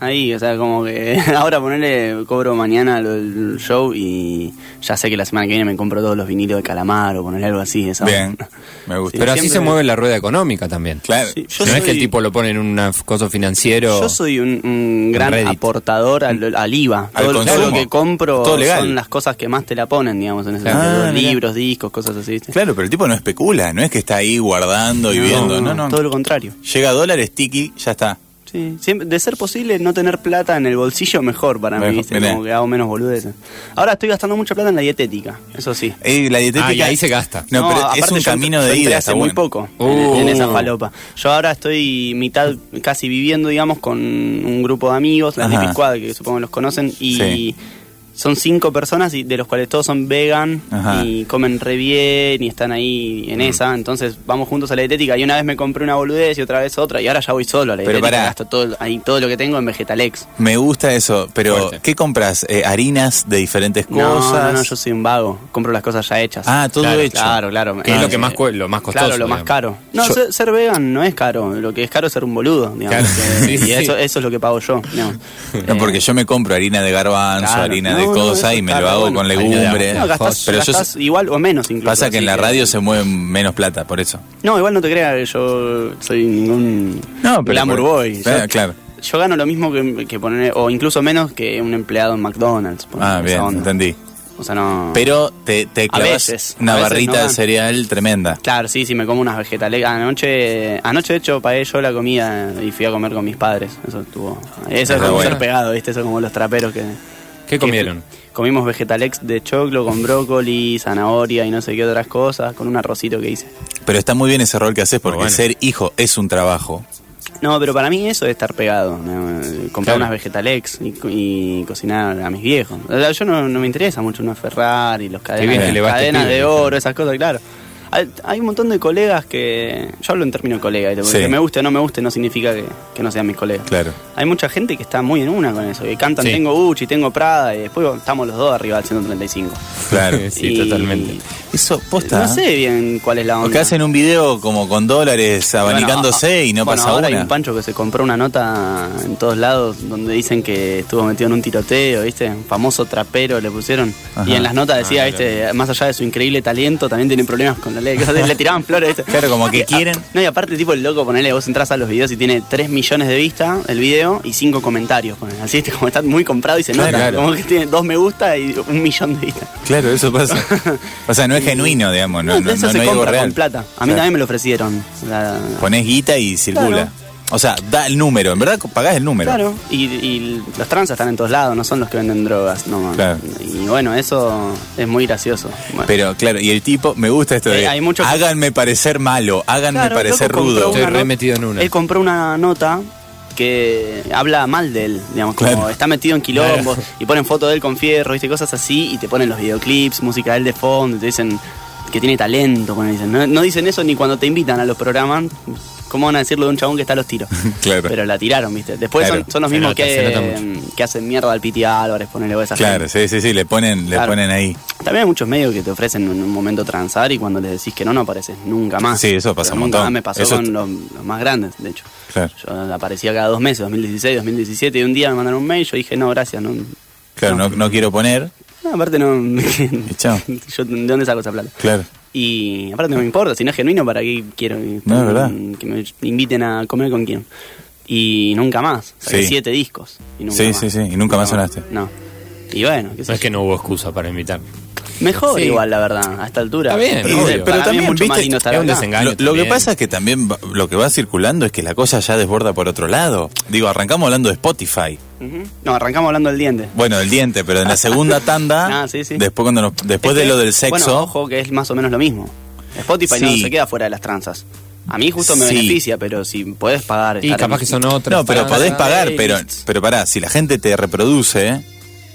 Ahí, o sea, como que [laughs] ahora ponele, cobro mañana lo del show y ya sé que la semana que viene me compro todos los vinilos de calamar o ponerle algo así. esa
Bien,
onda.
me gusta.
Pero así
siempre-
se mueve la rueda económica también.
Claro.
Sí, yo
no es que el
soy-
tipo lo pone en un coso financiero.
Yo soy un, un gran
Reddit.
aportador al, al IVA.
Al
Todo, lo- todo
consumo.
lo que compro
Todo legal.
son las cosas que más te la ponen, digamos, en ese
Claro.
sentido.
Ah, mirá.
Libros, discos, cosas así. ¿viste?
Claro, pero el tipo no especula, no es que está ahí guardando y viendo, no, no.
Todo lo contrario.
Llega dólar, sticky, ya está.
Sí, Sí, siempre- de ser posible no tener plata en el bolsillo, mejor para mí.
Mejor,
¿viste?
mirá.
Como que hago menos boludeces. Ahora estoy gastando mucha plata en la dietética, eso sí.
Eh, la dietética.
Ah, y ahí se gasta.
No, pero es
aparte
un
yo
camino
entré-
de
yo entré
ida.
hace
está
muy
bueno.
poco en-
Uh.
en esa falopa. Yo ahora estoy mitad casi viviendo, digamos, con un grupo de amigos, la
Ajá.
Liquid Squad, que supongo los conocen, y
Sí.
son cinco personas, y de los cuales todos son vegan,
Ajá. Mm.
y comen re bien, y están ahí en esa. Entonces vamos juntos a la dietética, y una vez me compré una boludez y otra vez otra, y ahora ya voy solo a la
Pero
dietética.
pará.
Gasto todo, ahí todo lo que tengo en Vegetalex.
Me gusta eso, pero
Fuerte.
¿qué compras? Eh, harinas de diferentes
No,
cosas.
no, no, yo soy un vago, compro las cosas ya hechas.
Ah, todo
Claro,
hecho.
Claro, claro.
Que es
Eh,
lo que más cue- lo más costoso,
Claro, lo más
digamos.
caro. No,
Yo-
ser, ser vegan no es caro. Lo que es caro es ser un boludo, digamos.
Claro.
Eh,
Sí,
y
sí.
Eso, eso es lo que pago yo. digamos.
No,
Eh,
porque yo me compro harina de garbanzo,
claro.
harina
No,
de
no,
cosa
eso
y me
está
lo hago
bueno.
con
Harina de
legumbres.
garbanzo.
No, gastás,
pero yo
gastás igual o menos incluso.
pasa que
así
en la radio se mueven menos plata, por eso.
No, igual no te creas que yo soy ningún
No, pero
glamour
por-
boy.
Ah,
Yo-
claro.
Yo gano lo mismo que, que poner, o incluso menos que un empleado en McDonald's. poner
Ah,
esa
bien,
onda.
entendí.
O sea, no.
Pero te, te
A
clavas
veces,
una
a veces
barrita
no
de
dan.
cereal tremenda.
Claro, sí, sí, me como unas vegetales. Anoche, anoche de hecho, pagué yo la comida y fui a comer con mis padres. Eso estuvo. Eso
Está
es como
bueno.
ser pegado, ¿viste? Eso como los traperos que.
¿Qué comieron?
Comimos vegetalex de choclo con brócoli, zanahoria y no sé qué otras cosas, con un arrocito que hice.
Pero está muy bien ese rol que haces porque
Bueno.
ser hijo es un
[laughs]
trabajo.
No, pero para mí eso es estar pegado. ¿no?
Claro.
Comprar unas vegetalex y, co- y cocinar a mis viejos. O sea, yo no, no me interesa mucho una Ferrari, los
bien
cadenas,
que le va a este
cadenas
pibe,
de
¿no?
oro, esas cosas, claro. Hay, hay un montón de colegas que. Yo hablo en términos de colegas, porque
Sí.
que me guste o no me guste no significa que, que no sean mis colegas.
Claro.
Hay mucha gente que está muy en una con eso, que cantan
Sí.
tengo Gucci, tengo Prada, y después estamos los dos arriba del 135.
Claro.
Sí,
Y-
totalmente.
Eso, posta.
No sé bien cuál es la onda.
Porque hacen un video como con dólares abanicándose
Bueno, a-
y no
bueno,
pasa
ahora
una.
hay un pancho que se compró una nota en todos lados donde dicen que estuvo metido en un tiroteo, ¿viste? Un famoso trapero le pusieron.
Ajá.
Y en las notas decía, ¿viste? Más allá de su increíble talento, también tiene problemas con la ley. [laughs] que le tiraban flores, ¿viste?
Claro, como que
Y a-
quieren.
No, y aparte, tipo, el loco, ponele, vos entras a los videos y tiene 3 millones de vistas el video y 5 comentarios. ponele. Así, ¿viste? Como está muy comprado y se
Claro,
nota.
claro.
Como que tiene 2 me gusta y un millón de vistas.
Claro, eso pasa. O sea, no
[laughs]
es genuino, digamos. No,
No,
no,
eso
no-
se
no hay algo
compra
real.
con plata. A mí
Claro.
también me lo ofrecieron. La-
Ponés guita y circula.
Claro.
O sea, da el número. En verdad pagás el número.
Claro, y, y los tranzas están en todos lados, no son los que venden drogas, no más.
Claro.
Y bueno, eso es muy gracioso. Bueno.
Pero claro, y el tipo, me gusta esto de
Eh, hay mucho-
háganme parecer malo, háganme
Claro, el
parecer
loco compró
rudo.
una
Estoy re
nota-
metido en una.
Él compró una nota que habla mal de él, digamos, como
Claro.
está metido en quilombos y ponen foto de él con fierro, viste, cosas así, y te ponen los videoclips, música de él de fondo, y te dicen que tiene talento, bueno, dicen. No, no dicen eso ni cuando te invitan a los programas. ¿Cómo van a decirlo de un chabón que está a
[laughs]
los tiros?
Claro.
Pero la tiraron, ¿viste? Después
Claro.
son, son los
Se
mismos
nota, se nota
que, que hacen mierda al Piti Álvarez, ponele o esa
Claro,
gente.
sí, sí, sí, le ponen, le
Claro.
ponen ahí.
También hay muchos medios que te ofrecen en un momento transar y cuando les decís que no, no apareces nunca más.
Sí, eso pasa
Pero
un
nunca
montón.
más me pasó
Eso t-
con los, los más grandes, de hecho.
Claro.
Yo aparecía cada dos meses, 2016, 2017, y un día me mandaron un mail, yo dije, no, gracias, no.
Claro, no, no quiero poner.
no, aparte no... [laughs]
chao.
yo, ¿De dónde saco esa plata?
Claro.
Y aparte no me importa, si no es genuino, ¿para qué quiero que-
No, es verdad.
que me inviten a comer con quién? Y nunca más, saqué
Sí.
siete discos. Y nunca
Sí,
más.
sí, sí, y nunca más sonaste.
No. Y bueno, qué sé
No es
yo.
que no hubo excusa para invitar.
Mejor
Sí.
igual, la verdad, a esta altura.
Está bien,
Pero,
obvio.
para
Pero
mí
también,
es mucho más
viste,
lindo estar
es un
acá.
desengaño.
Lo, lo que
también.
pasa es que también va- lo que va circulando es que la cosa ya desborda por otro lado. Digo, arrancamos hablando de Spotify.
Ujú. No, arrancamos hablando del diente.
Bueno, el diente, pero en la segunda tanda,
[laughs] Ah, sí, sí.
después cuando nos- después
Es
de
que,
lo del sexo,
Este, Bueno, ojo que es más o menos lo mismo. Spotify no
Sí.
se queda fuera de las tranzas. A mí justo me
Sí.
beneficia, pero si podés pagar.
Y
estar
capaz
en-
que son otras.
no, pero
tantas.
podés pagar, pero
playlists.
pero pará, si la gente te reproduce,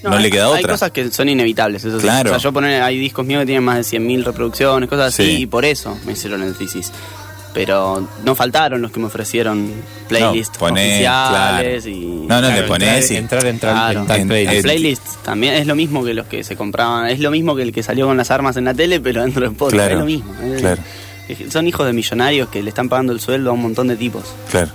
no,
hay-
le queda
Hay
otra.
cosas que son inevitables, eso sí.
Claro.
O sea, yo poner, hay discos míos que tienen más de 100.000 reproducciones, cosas así,
Sí.
y por eso me hicieron el thesis. Pero no faltaron los que me ofrecieron playlists
No, poné,
oficiales
claro.
y...
No, no,
Claro,
le ponés
entrar,
y-
entrar, entrar
Claro.
en tal
En-
playlist.
en
Las playlists también es lo mismo que los que se compraban, es lo mismo que el que salió con las armas en la tele, pero dentro de Spotify,
Claro,
es lo mismo. eh.
claro.
Es- Son hijos de millonarios que le están pagando el sueldo a un montón de tipos.
Claro.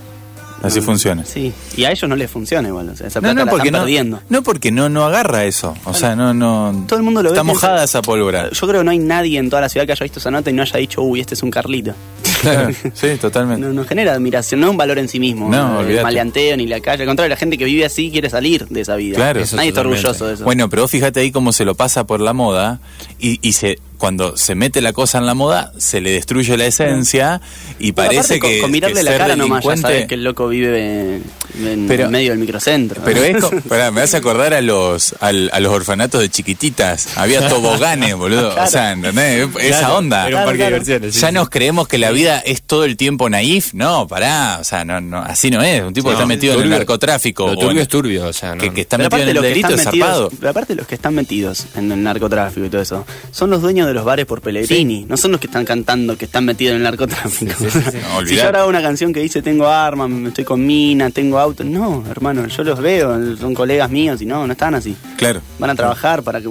Así
No,
funciona.
Sí, y a ellos no les funciona igual, o sea, esa
No,
plata
no,
la
porque
están
no,
perdiendo.
no, porque no, no agarra eso. O sea, no, no.
Todo el mundo lo
Está
ve, piensa-
mojada esa
[laughs]
pólvora.
Yo creo que no hay nadie en toda la ciudad que haya visto esa nota y no haya dicho, uy, este es un Carlito.
Claro, [laughs] sí, totalmente.
No, no genera admiración, no es un valor en sí mismo.
No,
eh,
olvídate.
el maleanteo ni la calle. Al contrario, la gente que vive así quiere salir de esa vida.
Claro.
Eso
Nadie está
totalmente.
orgulloso de eso.
Bueno, pero fíjate ahí cómo se lo pasa por la moda y, y se cuando se mete la cosa en la moda se le destruye la esencia y
Pero
parece
aparte, con-
que
con, mirarle
que
la
ser
cara nomás ya
delincuente-
sabes que el loco vive eh, en
Pero-
medio del microcentro.
Pero
[laughs]
esto, pará, me hace acordar a los al- a los orfanatos de chiquititas. Había
[laughs]
toboganes, boludo. O sea, ¿entendés? Esa onda.
Era un parque de
claro.
diversiones. sí,
Ya
sí.
nos creemos que la vida es todo el tiempo naif. No, pará. O sea, no, no, así no es. Un tipo que
No,
está metido en
turbio.
el narcotráfico.
Lo
o en-
turbio es turbio, o sea, no,
que,
no.
que está
Pero
metido en el
los que
delito
están
es zarpado.
metidos, pero aparte los que están metidos en el narcotráfico y todo eso, son los dueños de los bares por Pellegrini, no son los que están cantando que están metidos en el narcotráfico. [laughs]
No,
si
olvidate.
yo ahora hago una canción que dice tengo armas, me estoy con mina, tengo auto, no, hermano, yo los veo, son colegas míos y no, no están así.
Claro.
Van a trabajar para que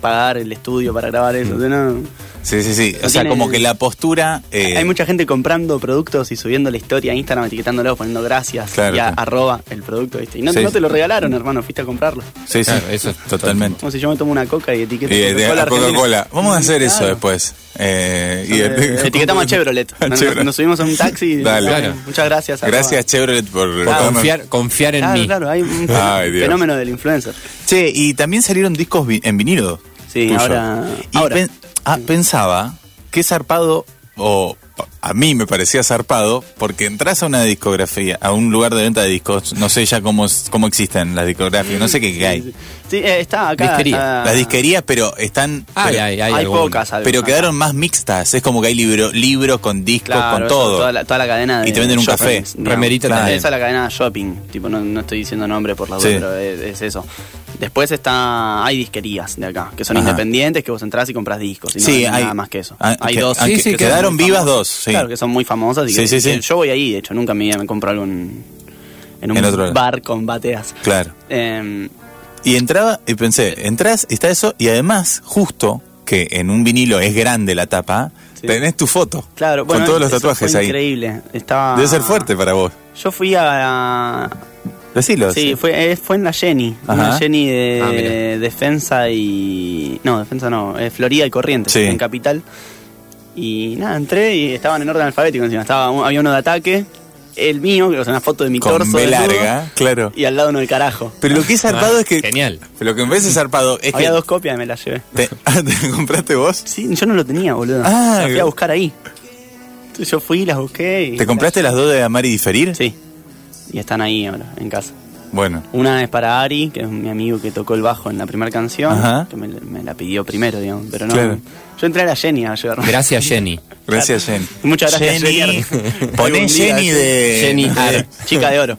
pagar el estudio para grabar
Mm.
eso, o sea, no.
Sí, sí, sí. O sea,
tiene-
como que la postura. eh,
Hay mucha gente comprando productos y subiendo la historia a Instagram, etiquetándolo, poniendo gracias
Claro,
y a-
claro.
arroba el producto, ¿viste? Y no,
Sí.
no te lo regalaron, hermano, fuiste a comprarlo.
Sí, sí.
Claro, eso es
totalmente.
Como si yo me tomo una coca y etiqueto
Y eh, de- de
Coca-Cola
a Coca-Cola.
Argentina.
Vamos a hacer eso
Claro.
después. Eh, y
Eh,
[laughs]
etiquetamos a Chevrolet. Nos,
Chevrolet.
nos subimos a un taxi. y-
Dale.
Bueno, Muchas gracias.
Gracias, Chevrolet, por
Por
por-
confiar, confiar en
Claro,
mí.
claro, hay un
[laughs] Ay, Dios.
fenómeno del influencer.
Che, y también salieron discos vi- en vinilo.
Sí,
tuyo.
ahora-
Y
ahora.
pen- ah, pensaba que zarpado, o pa- a mí me parecía zarpado, porque entras a una discografía, a un lugar de venta de discos, no sé ya cómo, es- cómo existen las discografías, no sé qué, qué hay.
Sí, Ah. eh, está acá.
Disquería.
está-
Las disquerías, pero están...
Ay,
pero,
ay,
Hay,
ay, algún-
pocas. algunas.
pero quedaron más mixtas, es como que hay libro, libros con discos,
Claro,
con
eso,
todo.
Toda la, toda la cadena de
Y te venden un
shoppings,
café,
digamos.
remerita
Claro.
también.
Esa es la cadena de shopping. Tipo, no, no estoy diciendo nombre por la duda,
Sí.
pero es, es eso. Después está hay disquerías de acá, que son
Ajá.
independientes, que vos entras y compras discos. Y no
Sí,
venden
hay-
nada más que eso.
ah,
hay
que-
dos.
ah, que-
son
quedaron
muy
vivas
famosas.
dos, sí.
Claro, que son muy famosas. Y
Sí,
que-
sí, sí.
que Yo voy ahí, de hecho, nunca en mi vida me compro algo en, en un
En otro lado.
bar con bateas.
Claro.
Em,
Y entraba y pensé, entras, está eso, y además, justo que en un vinilo es grande la tapa,
Sí.
tenés tu foto.
claro,
Con
bueno,
todos los
eso
tatuajes
fue
ahí.
Increíble. Estaba.
Debe ser fuerte para vos.
Yo fui a
Decilo.
Sí,
sí.
Fue, eh, fue en la Jenny.
Ajá.
Una Jenny de
Ah, mirá.
defensa y. No, defensa no, eh, Florida y Corrientes,
Sí.
en Capital. Y nada, entré y estaban en orden alfabético encima. Estaba, un- había uno de ataque, el mío, que es una foto de mi
Con
torso.
B
desnudo,
larga, claro.
Y al lado uno del carajo.
Pero lo que es zarpado
Ah,
es que.
genial.
Lo que me parece zarpado es
había
que.
dos copias y me las llevé.
Te, [laughs] ah, ¿te compraste vos?
Sí, yo no lo tenía, boludo.
Ah,
las fui
que-
a buscar ahí. Entonces yo fui, las busqué y.
¿Te compraste las dos de Amar y Diferir?
Sí. Y están ahí ahora, en casa.
Bueno.
Una es para Ari, que es mi amigo que tocó el bajo en la primera canción,
Ajá.
que me, me la pidió primero, digamos, pero no.
Claro.
Yo entré a la Jenny a ayudar.
Gracias, Jenny.
Gracias, Jenny.
[laughs] Muchas gracias,
Jenny.
Jenny.
[laughs] Poné
Algún día,
Jenny de.
Jenny.
de-
Chica de oro.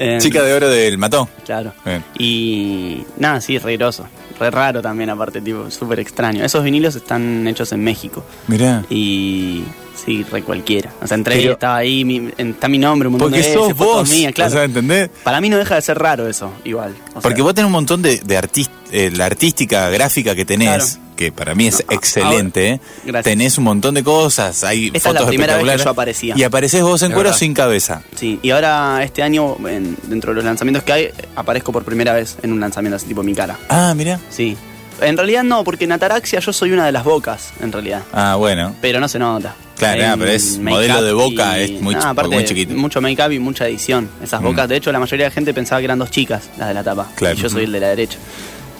Eh,
[laughs] Chica de oro del matón.
Claro.
Bien.
Y nada, sí, re groso. Re raro también, aparte, tipo, súper extraño. Esos vinilos están hechos en México.
Mirá.
Y sí, re cualquiera. O sea, entré y
Pero-
estaba ahí, mi- en- está mi nombre, un montón
Porque
de veces,
sos
fotos
vos.
mías, claro.
O sea, ¿entendés?
Para mí no deja de ser raro eso, igual. O
Porque
sea,
vos tenés un montón de, de artis- eh, la artística gráfica que tenés, que para mí es
No, a-
excelente, ¿eh?
Gracias.
tenés un montón de cosas, hay
Esa es la
fotos
primera vez que
espectaculares.
yo aparecía.
Y apareces vos en
Es
cuero
verdad.
sin cabeza.
Sí, y ahora este año, en- dentro de los lanzamientos que hay, aparezco por primera vez en un lanzamiento así tipo mi cara.
Ah, mira.
Sí. En realidad no, porque en Ataraxia yo soy una de las bocas, en realidad.
Ah, bueno.
Pero no se nota.
Claro,
En
ah, pero es
make-up
modelo de boca,
y-
es muy
no,
ch-
aparte,
muy chiquito. Mm.
Mucho make-up y mucha edición. Esas bocas, de hecho, la mayoría de la gente pensaba que eran dos chicas las de la tapa.
Claro.
Y yo soy el de la derecha.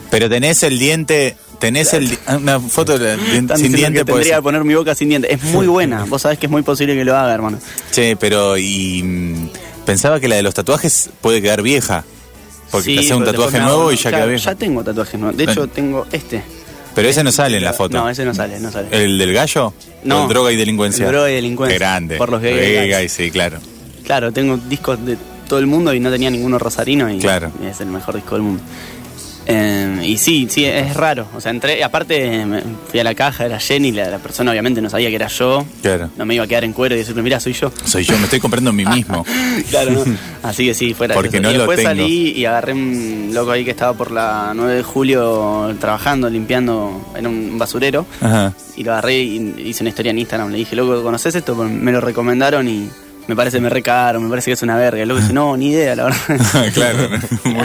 Pero tenés el diente, tenés el di- ah, una foto de- de-
Están
sin
diciendo
diente
que
puede
tendría que
ser.
poner mi boca sin diente.
[laughs]
Es muy buena. Vos sabés que es muy posible que lo haga, hermano.
Che, pero y mm, pensaba que la de los tatuajes puede quedar vieja. Porque
Sí,
te haces un
pero después
tatuaje
me hago
nuevo y
uno.
ya
Claro,
queda vieja.
Ya tengo tatuajes nuevos. De hecho,
Eh.
tengo este.
Pero ese no sale en la foto.
No, ese no sale, no sale.
¿El del gallo?
No.
¿O el droga y delincuencia?
El droga y delincuencia.
Qué Grande.
Por los gay
Gay
guys.
guys, sí, claro.
Claro, tengo discos de todo el mundo y no tenía ninguno rosarino y
Claro.
es el mejor disco del mundo. Eh, y sí, sí, es raro. O sea, entré, aparte me- fui a la caja, era Jenny, la, la persona obviamente no sabía que era yo.
Claro.
No me iba a quedar en cuero y decirle, mira,
[laughs]
soy yo.
Soy yo, me estoy comprando a mí mismo.
Claro, no. Así que sí, fuera.
Porque
eso.
no
y
lo
después
tengo.
salí y agarré un loco ahí que estaba por la 9 de julio trabajando, limpiando en un basurero.
Ajá.
Y lo agarré y hice una historia en Instagram. Le dije, loco, ¿conoces esto? Pues Me lo recomendaron y me parece, me recagaron, me parece que es una verga. El loco dice, no, ni idea, la
[laughs]
verdad. [laughs]
claro.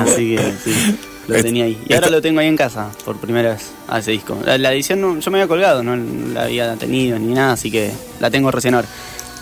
Así que sí, lo
Es-
tenía ahí. Y
esto-
ahora lo tengo ahí en casa, por primera vez, a ese disco. La, la edición no- yo me había colgado, no la había tenido ni nada, así que la tengo recién ahora.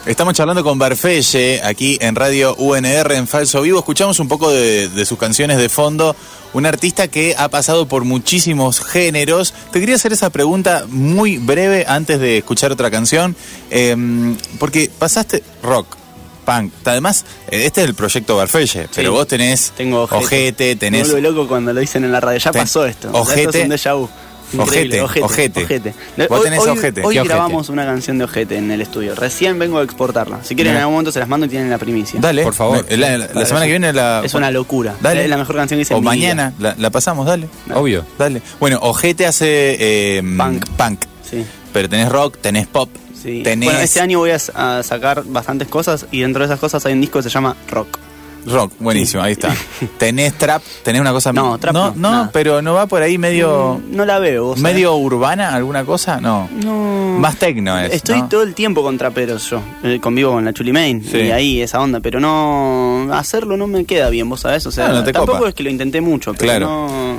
Estamos charlando con Barfelle aquí en Radio UNR en Falso Vivo. Escuchamos un poco de, de sus canciones de fondo. Un artista que ha pasado por muchísimos géneros. Te quería hacer esa pregunta muy breve antes de escuchar otra canción. Em, porque pasaste rock, punk. Además, eh, este es el proyecto Barfelle, pero vos tenés
Tengo ojete.
tenés
Me vuelvo loco cuando lo dicen en la radio. Ya
Ten-
pasó esto. Ya
ojete.
Esto es un déjà vu. Increíble,
Ojete, ojete. Vos
Hoy-
tenés
hoy,
ojete.
Hoy
¿Qué ojete?
grabamos una canción de ojete en el estudio. Recién vengo a exportarla. Si quieren, en algún momento se las mando y tienen la primicia.
Dale,
Por favor.
Me- La, la- la semana que viene la.
Es una locura.
Dale.
Es la mejor canción que hice
O
en mi vida.
mañana, la, la pasamos, dale.
Obvio.
Dale. Bueno, Ojete hace eh,
Punk.
punk.
Sí.
Pero tenés rock, tenés pop,
Sí.
tenés
Bueno, este año voy a, s- a sacar bastantes cosas y dentro de esas cosas hay un disco que se llama Rock.
rock, buenísimo, ahí
[laughs]
está. tenés trap, tenés una cosa
No, trap
no,
no, nada.
pero no va por ahí medio
Mm, no la veo, vos.
medio urbana alguna cosa, no.
No.
Más tecno es.
Estoy
¿no?
todo el tiempo con traperos yo. Eh, convivo con la Chuli Main
Sí.
y ahí esa onda, pero no hacerlo no me queda bien, vos sabés, o sea,
Ah, No, no te
tampoco
copa.
es que lo intenté mucho, pero
Claro.
no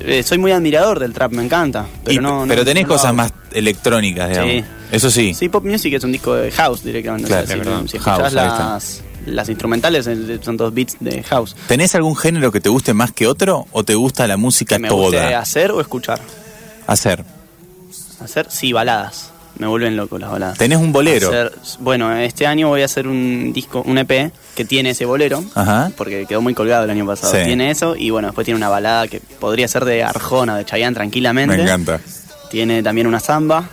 eh, soy muy admirador del trap, me encanta, pero
Y-
no, no-
pero tenés
no lo
cosas
hago.
más electrónicas, digamos.
Sí.
Eso sí.
Sí, Pop Music es un disco de house directamente, o sea,
Claro,
si-
es verdad.
si,
House,
escuchás
ahí está.
las las instrumentales eh, son todos beats de house.
¿Tenés algún género que te guste más que otro o te gusta la música
Que me
toda?
guste hacer o escuchar.
Hacer.
Hacer sí baladas. Me vuelven loco las baladas.
Tenés un bolero.
Hacer- bueno, este año voy a hacer un disco, un EP que tiene ese bolero,
Ajá.
porque quedó muy colgado el año pasado.
Sí.
Tiene eso y bueno, después tiene una balada que podría ser de Arjona, de Chayanne
Me
tranquilamente.
encanta.
Tiene también una samba.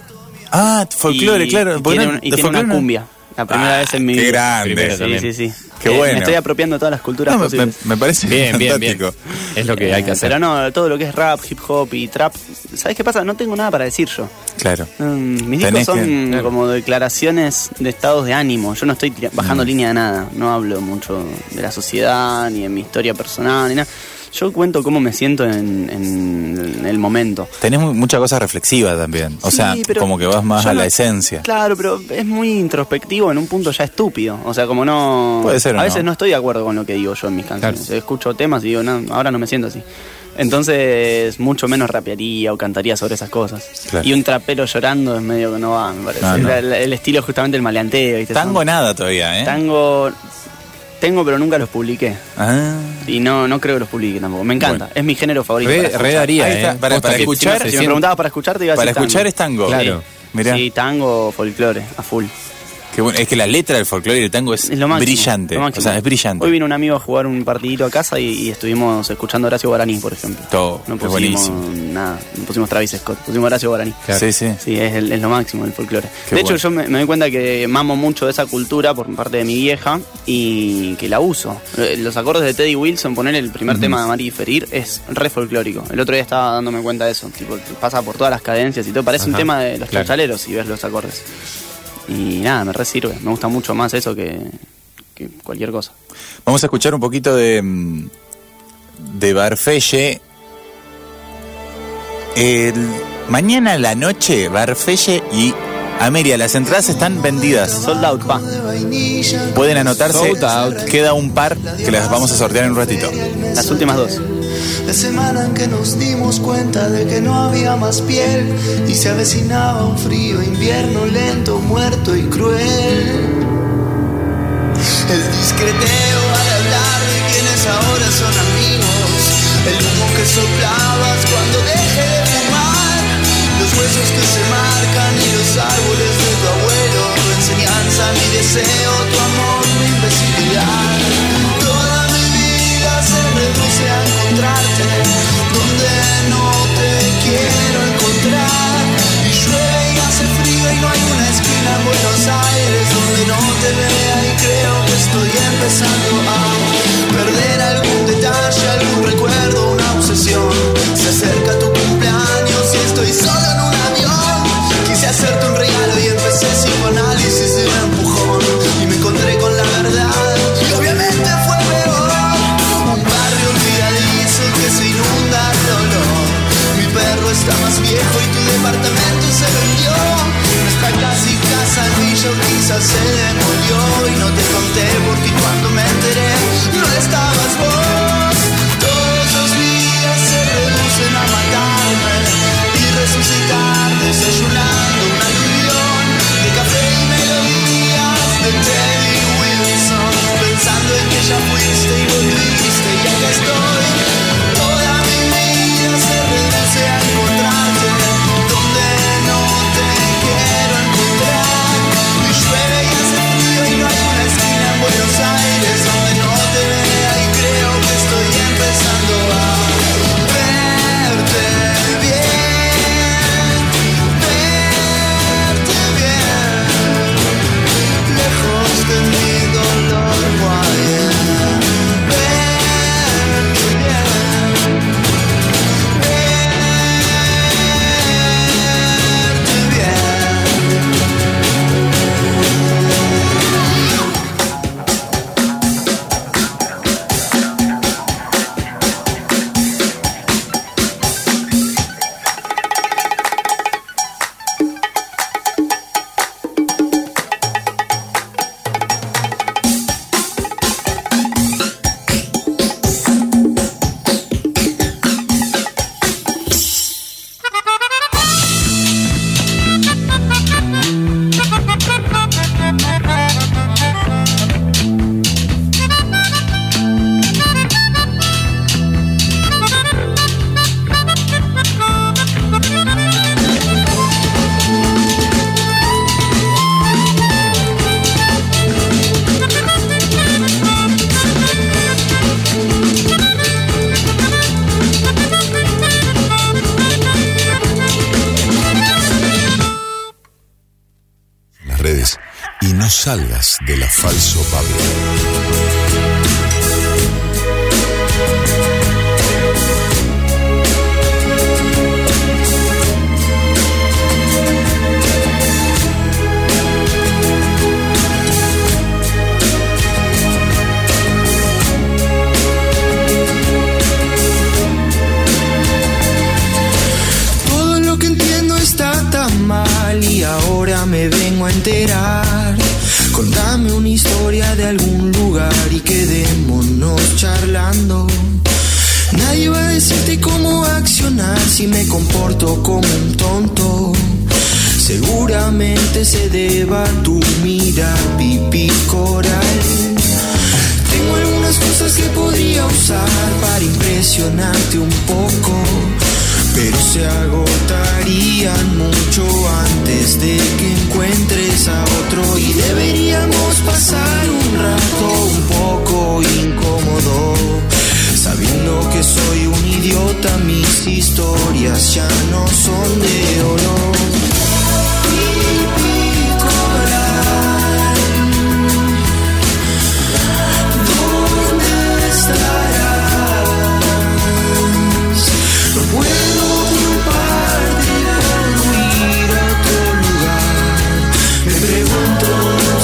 Ah, folclore,
y,
claro.
Y
porque
tiene,
no-
un- y
de
tiene una
folclore no-
cumbia. La primera
Ah,
vez en mi
qué
vida.
grande.
Primera
Sí,
también.
sí, sí.
Qué
Eh,
bueno.
Me estoy apropiando de todas las culturas
No, me,
posibles.
me- me parece
Bien, bien, bien.
fantástico.
Es lo que hay que
Eh,
hacer.
Pero no, todo lo que es rap, hip hop y trap. ¿Sabes qué pasa? No tengo nada para decir yo.
Claro.
Mm, mis
Tenés
discos son
que-
mm, como declaraciones de estados de ánimo. Yo no estoy tira-
Mm.
bajando línea de nada. No hablo mucho de la sociedad, ni de mi historia personal, ni nada. Yo cuento cómo me siento en, en el momento.
Tenés mu- mucha cosa reflexiva también. O
Sí,
sea,
pero
como que vas más
yo
a
no-
la esencia.
Claro, pero es muy introspectivo en un punto ya estúpido. O sea, como no.
Puede ser o
A veces
no.
no. estoy de acuerdo con lo que digo yo en mis canciones.
Claro.
Escucho temas y digo, no, ahora no me siento así. Entonces, mucho menos rapearía o cantaría sobre esas cosas.
Claro.
Y un trapero llorando es medio que no va, me parece.
Ah, no.
La- la- el estilo es justamente el maleanteo. ¿viste?
Tango
Son-
nada todavía, ¿eh?
Tango. Tengo, pero nunca los publiqué.
Ah.
Y no, no creo que los publique tampoco. Me encanta.
Bueno.
Es mi género favorito. para
Re,
escuchar.
re daría,
Ahí está,
eh.
para-
Posta
para
que
escuchar,
encima
Si
se
me
siento-
preguntabas para escuchar, te iba a
Para
decir tango.
escuchar es tango.
Claro.
Mirá.
Sí, tango, folclore, a full.
Qué bueno. Es que la letra del folclore y del tango es,
Es lo máximo.
brillante.
lo máximo.
O sea, es brillante.
Hoy vino un amigo a jugar un partidito a casa y, y estuvimos escuchando a Horacio Guaraní, por ejemplo.
Todo,
No
es
pusimos
buenísimo.
nada, no pusimos Travis Scott, pusimos Horacio Guaraní.
Claro.
Sí, sí.
Sí, es, el- es lo máximo el folclore.
Qué
de hecho,
bueno.
yo me, me doy cuenta que mamo mucho de esa cultura por parte de mi vieja y que la uso. Eh, Los acordes de Teddy Wilson, poner el primer tema de Mari y Ferir, es re folclórico. El otro día estaba dándome cuenta de eso. Tipo, pasa por todas las cadencias y todo. Parece un
Ajá,
tema de los
claro.
chachaleros si ves los acordes. Y nada, me re sirve. Me gusta mucho más eso que, que cualquier cosa.
Vamos a escuchar un poquito de. mm, de Barfelle. El- mañana a la noche, Barfelle y Ameria. Las entradas están vendidas.
Sold out, pa.
Pueden anotarse.
Sold out.
Queda un par que las vamos a sortear en un ratito.
Las últimas dos.
La semana en que nos dimos cuenta de que no había más piel y se avecinaba un frío invierno lento, muerto y cruel. El discreteo al hablar de quienes ahora son amigos. El humo que soplabas cuando dejé de fumar. Los huesos que se marcan y los árboles de tu abuelo. Tu enseñanza, mi deseo, tu amor, mi imbecilidad. Toda mi vida se reduce a encontrarte donde no te quiero encontrar. Y llueve y hace frío y no hay una esquina en Buenos Aires donde no te vea y creo que estoy empezando a perder algún detalle, algún recuerdo, una obsesión. Se acerca tu cumpleaños y estoy solo en un avión. Quise hacerte un regalo y empecé psicoanálisis de un empujón y me encontré con la verdad y obviamente fue peor. Un barrio olvidadizo que se inunda de dolor. Mi perro está más viejo y tu departamento se vendió. Nuestra casi casa al millo quizás se demolió y no te conté porque cuando me enteré no estabas vos. Todos los días se reducen a matarme y resucitar desayunando un aluvión de café y melodías de Teddy Wilson pensando en que ya fuiste y volviste y acá estoy toda mi vida se reduce a encontrarte donde no te quiero encontrar y llueve y hace frío y no hay una esquina
No salgas de la falso Pablo.
Todo lo que entiendo está tan mal y ahora me vengo a enterar. Contame una historia de algún lugar y quedémonos charlando. Nadie va a decirte cómo accionar si me comporto como un tonto. Seguramente se deba a tu mirar pipí coral. Tengo algunas cosas que podría usar para impresionarte un poco, pero se agotarían mucho antes de que encuentres a otro y deberíamos pasar un rato un poco incómodo, sabiendo que soy un idiota, mis historias ya no son de oro. Pipí coral. ¿Dónde estarás? No puedo culpar de por ir a otro lugar. Me pregunto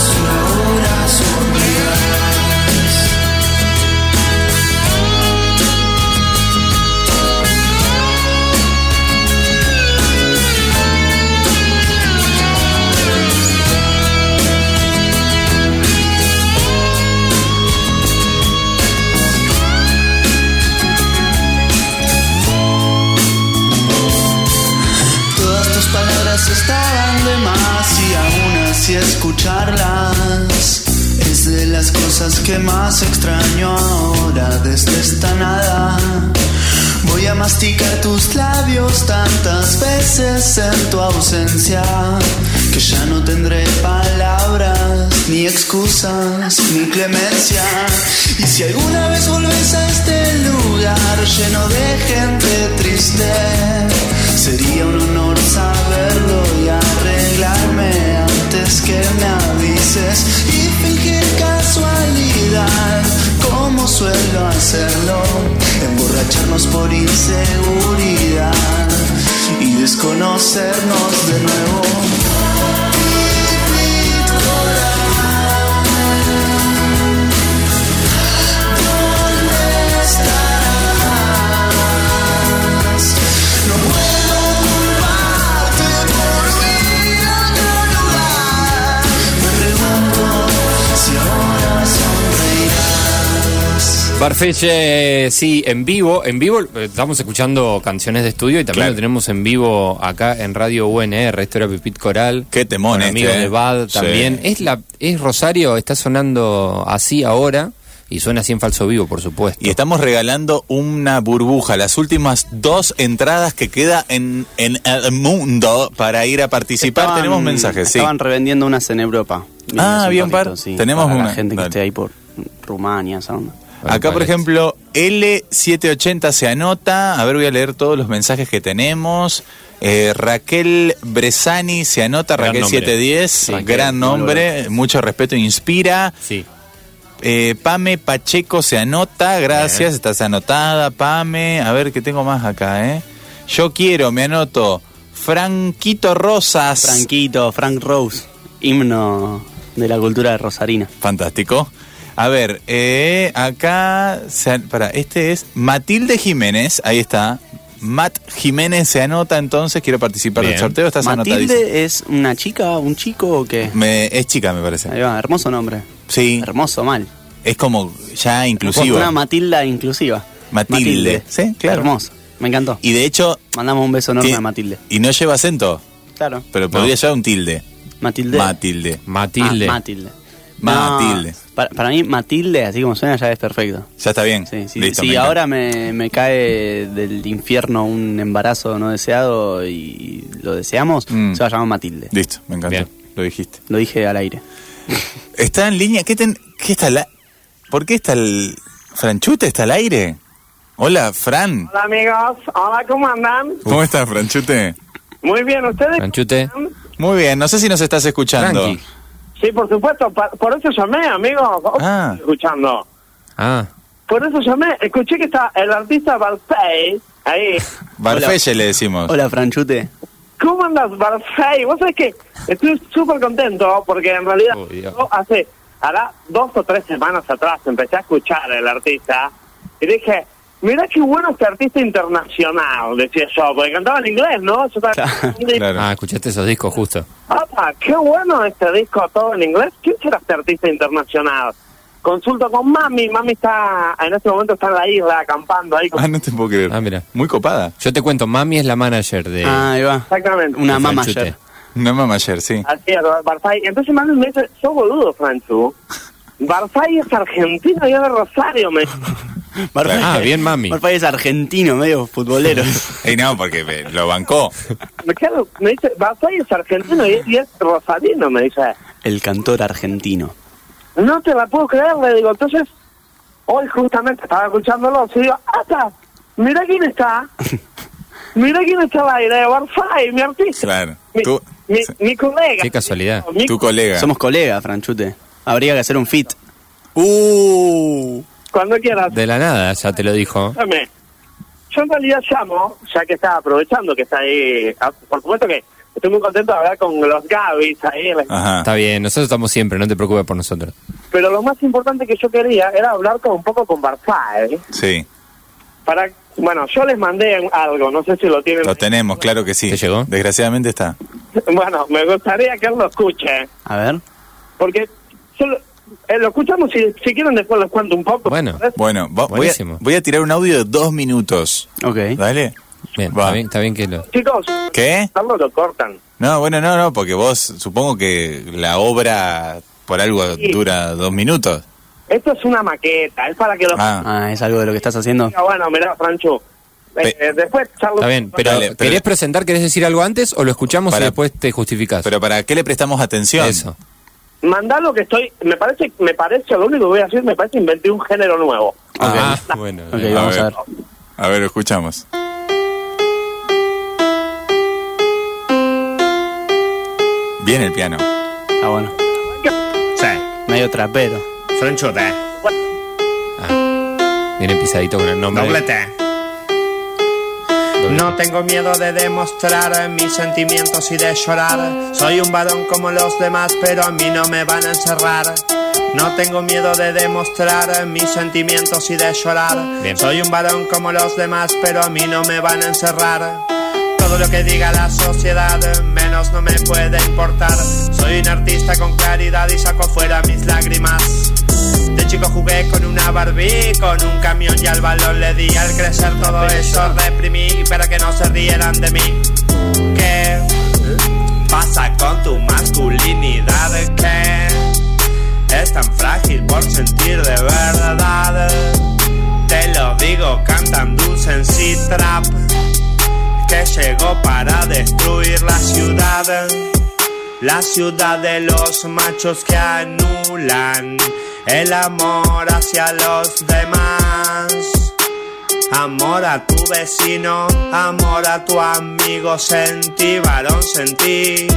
si ahora son reales. Todas tus palabras estaban de más y aún así escucharlas es de las cosas que más extraño ahora desde esta nada. Voy a masticar tus labios tantas veces en tu ausencia que ya no tendré palabras, ni excusas, ni clemencia. Y si alguna vez volves a este lugar lleno de gente triste, Sería un honor saberlo y arreglarme antes que me avises y fingir casualidad como suelo hacerlo, emborracharnos por inseguridad y desconocernos de nuevo. Pipí coral, ¿dónde estarás? No puedo culparte por ir a otro lugar. Me pregunto si ahora sonreirás.
Barfeche, sí, en vivo, en vivo eh, estamos escuchando canciones de estudio y también
Claro.
lo tenemos en vivo acá en Radio UNR, esto era Pipit Coral.
Qué temón
con
este,
amigos
eh.
de Bad
Sí.
también. Es la es Rosario, está sonando así ahora y suena así en falso vivo, por supuesto.
Y estamos regalando una burbuja, las últimas dos entradas que queda en, en el mundo para ir a participar.
Estaban-
Tenemos mensajes, sí.
Estaban revendiendo unas en Europa. Vine
Ah,
hace un
bien,
ratito,
par.
sí,
Tenemos
para
una.
La gente que
Dale.
esté ahí por Rumania, esa onda.
Acá, por ejemplo, L780 se anota. A ver, voy a leer todos los mensajes que tenemos. Eh, Raquel Bresani se anota,
Gran nombre.
Raquel710,
Raquel,
gran nombre, mucho respeto, inspira.
Sí.
Eh, Pame Pacheco se anota, gracias, estás anotada, Pame. A ver, ¿qué tengo más acá, eh? Yo quiero, me anoto. Franquito Rosas.
Franquito, Frank Rose, himno de la cultura rosarina.
Fantástico. A ver, eh, acá. se an- pará, este es Matilde Jiménez, ahí está. Matt Jiménez se anota entonces, quiero participar del
Bien.
sorteo, estás anotadísima.
¿Matilde es una chica, un chico o qué?
Me- es chica, me
Ahí
parece.
va, hermoso nombre.
Sí,
Hermoso, mal.
es como ya
Una
inclusiva.
Matilda inclusiva.
Matilde. Sí, claro.
Hermoso. Me encantó.
Y de hecho.
Mandamos un beso enorme
ti-
a Matilde.
Y no lleva acento,
Claro.
pero
No.
podría llevar un tilde.
Matilde.
Matilde.
Matilde.
Ah, Matilde.
Matilde.
No, para, para mí, Matilde, así como suena, ya es perfecto.
Ya está bien.
Sí, sí,
Listo,
sí,
me encanta.
ahora me, me cae del infierno un embarazo no deseado y lo deseamos,
Mm.
se va a llamar Matilde.
Listo, me encanta.
Bien.
Lo dijiste.
Lo dije al aire.
Está en línea. ¿Qué, ten- qué está la... ¿Por qué está el. Franchute está al aire? Hola, Fran.
Hola amigos, hola, ¿cómo andan?
¿Cómo estás, Franchute?
Muy bien, ¿ustedes?
Franchute.
Muy bien, no sé si nos estás escuchando.
Tranqui.
Sí, por supuesto, pa- por eso llamé, amigo. ¿Cómo
Ah.
estás Escuchando.
Ah,
Por eso llamé, escuché que está el artista Barfey ahí.
Barfelle le decimos.
Hola, Franchute.
¿Cómo andas, Barfey? Vos sabés que estoy súper contento porque en realidad
Uy, Dios.
yo hace hará dos o tres semanas atrás empecé a escuchar al artista y dije, mirá qué bueno este artista internacional, decía yo, porque cantaba en inglés, ¿no? Yo estaba-
Claro,
y-
claro.
ah, escuchaste esos discos justo.
¡Apa! ¡Qué bueno este disco todo en inglés! ¿Quién será este artista internacional? Consulto con mami. Mami está, en este momento está en la isla acampando ahí. con-
Ah, no te puedo creer.
Ah, mira.
Muy copada.
Yo te cuento, mami es la manager de...
Ah, ahí va.
Exactamente.
Una mamá
Franchute.
ayer.
No mamá ayer, sí.
Ah.
Así es, Barzai. Entonces mami me dice, sos boludo, Franchu. Barzai es argentino y es de Rosario, me
Barfay-
Ah, bien, mami.
Barfay es argentino, medio futbolero.
[laughs] Y no, porque eh, lo bancó.
me, quedo- me dice, Barzai es argentino y, y es rosarino, me dice.
El cantor argentino.
No te la puedo creer, le digo. Entonces, hoy justamente estaba escuchándolo, y digo, ¡Ata! Mira
[laughs]
quién está. Mira quién está al aire, Barzai, mi artista.
Claro.
Mi,
Tú-
mi,
sí.
mi colega.
Qué casualidad.
Mi-
Tu colega.
Somos colegas, Franchute. Habría que hacer un fit.
Uh.
Cuando quieras.
De la nada, ya te lo dijo.
Ah.
Escúchame. Yo en realidad llamo, ya que está aprovechando que está ahí. ah, Por supuesto que estoy muy contento de hablar con los Gavis ahí. en la-
Ajá.
Está bien, nosotros estamos siempre, no te preocupes por nosotros.
Pero lo más importante que yo quería era hablar con, un poco con Barzai.
Sí.
Para, bueno, yo les mandé un- algo, no sé si lo tienen.
Lo tenemos, claro que sí.
¿Te llegó?
Desgraciadamente está.
Bueno, me gustaría que él lo escuche.
A ver.
Porque yo lo, eh, lo escuchamos si, si quieren después les cuento un poco.
Bueno.
Bueno, vo- voy a,
Buenísimo.
voy a tirar un audio de dos minutos.
Ok.
¿Dale?
Bien,
Va.
está bien, está bien que lo...
Chicos,
¿Qué?
no lo cortan.
No, bueno, no, no, porque vos supongo que la obra por algo
Sí.
dura dos minutos.
Esto es una maqueta, es para que los...
Ah,
Ah, es algo de lo que estás haciendo.
Ah, Bueno, mirá, Franchu. eh,
Pe-
después charlo-
Está bien, pero,
Dale, pero-
¿querés presentar, querés decir algo antes o lo escuchamos
Para-
y después te justificás?
pero ¿para qué le prestamos atención?
Eso.
Mandá lo que estoy... Me parece, me parece, lo único que voy a decir, me parece inventé un género nuevo.
Ah, [laughs] bueno.
Ok, vamos
ver.
a ver.
A ver, lo escuchamos. Bien el piano.
Ah, bueno. Sí. Medio trapero.
Franchute,
Viene pisadito con el nombre.
doblete.
Doblete.
No tengo miedo de demostrar mis sentimientos y de llorar. Soy un varón como los demás, pero a mí no me van a encerrar. No tengo miedo de demostrar mis sentimientos y de llorar.
Bien.
Soy un varón como los demás, pero a mí no me van a encerrar. Todo lo que diga la sociedad, menos no me puede importar. Soy un artista con claridad y saco fuera mis lágrimas. De chico jugué con una Barbie, con un camión y al balón le di. Al crecer todo eso reprimí para que no se rieran de mí. ¿Qué pasa con tu masculinidad? ¿Qué es tan frágil por sentir de verdad? Te lo digo cantando un sensi trap que llegó para destruir la ciudad. La ciudad de los machos que anulan el amor hacia los demás. Amor a tu vecino, amor a tu amigo, sentí varón, sentí.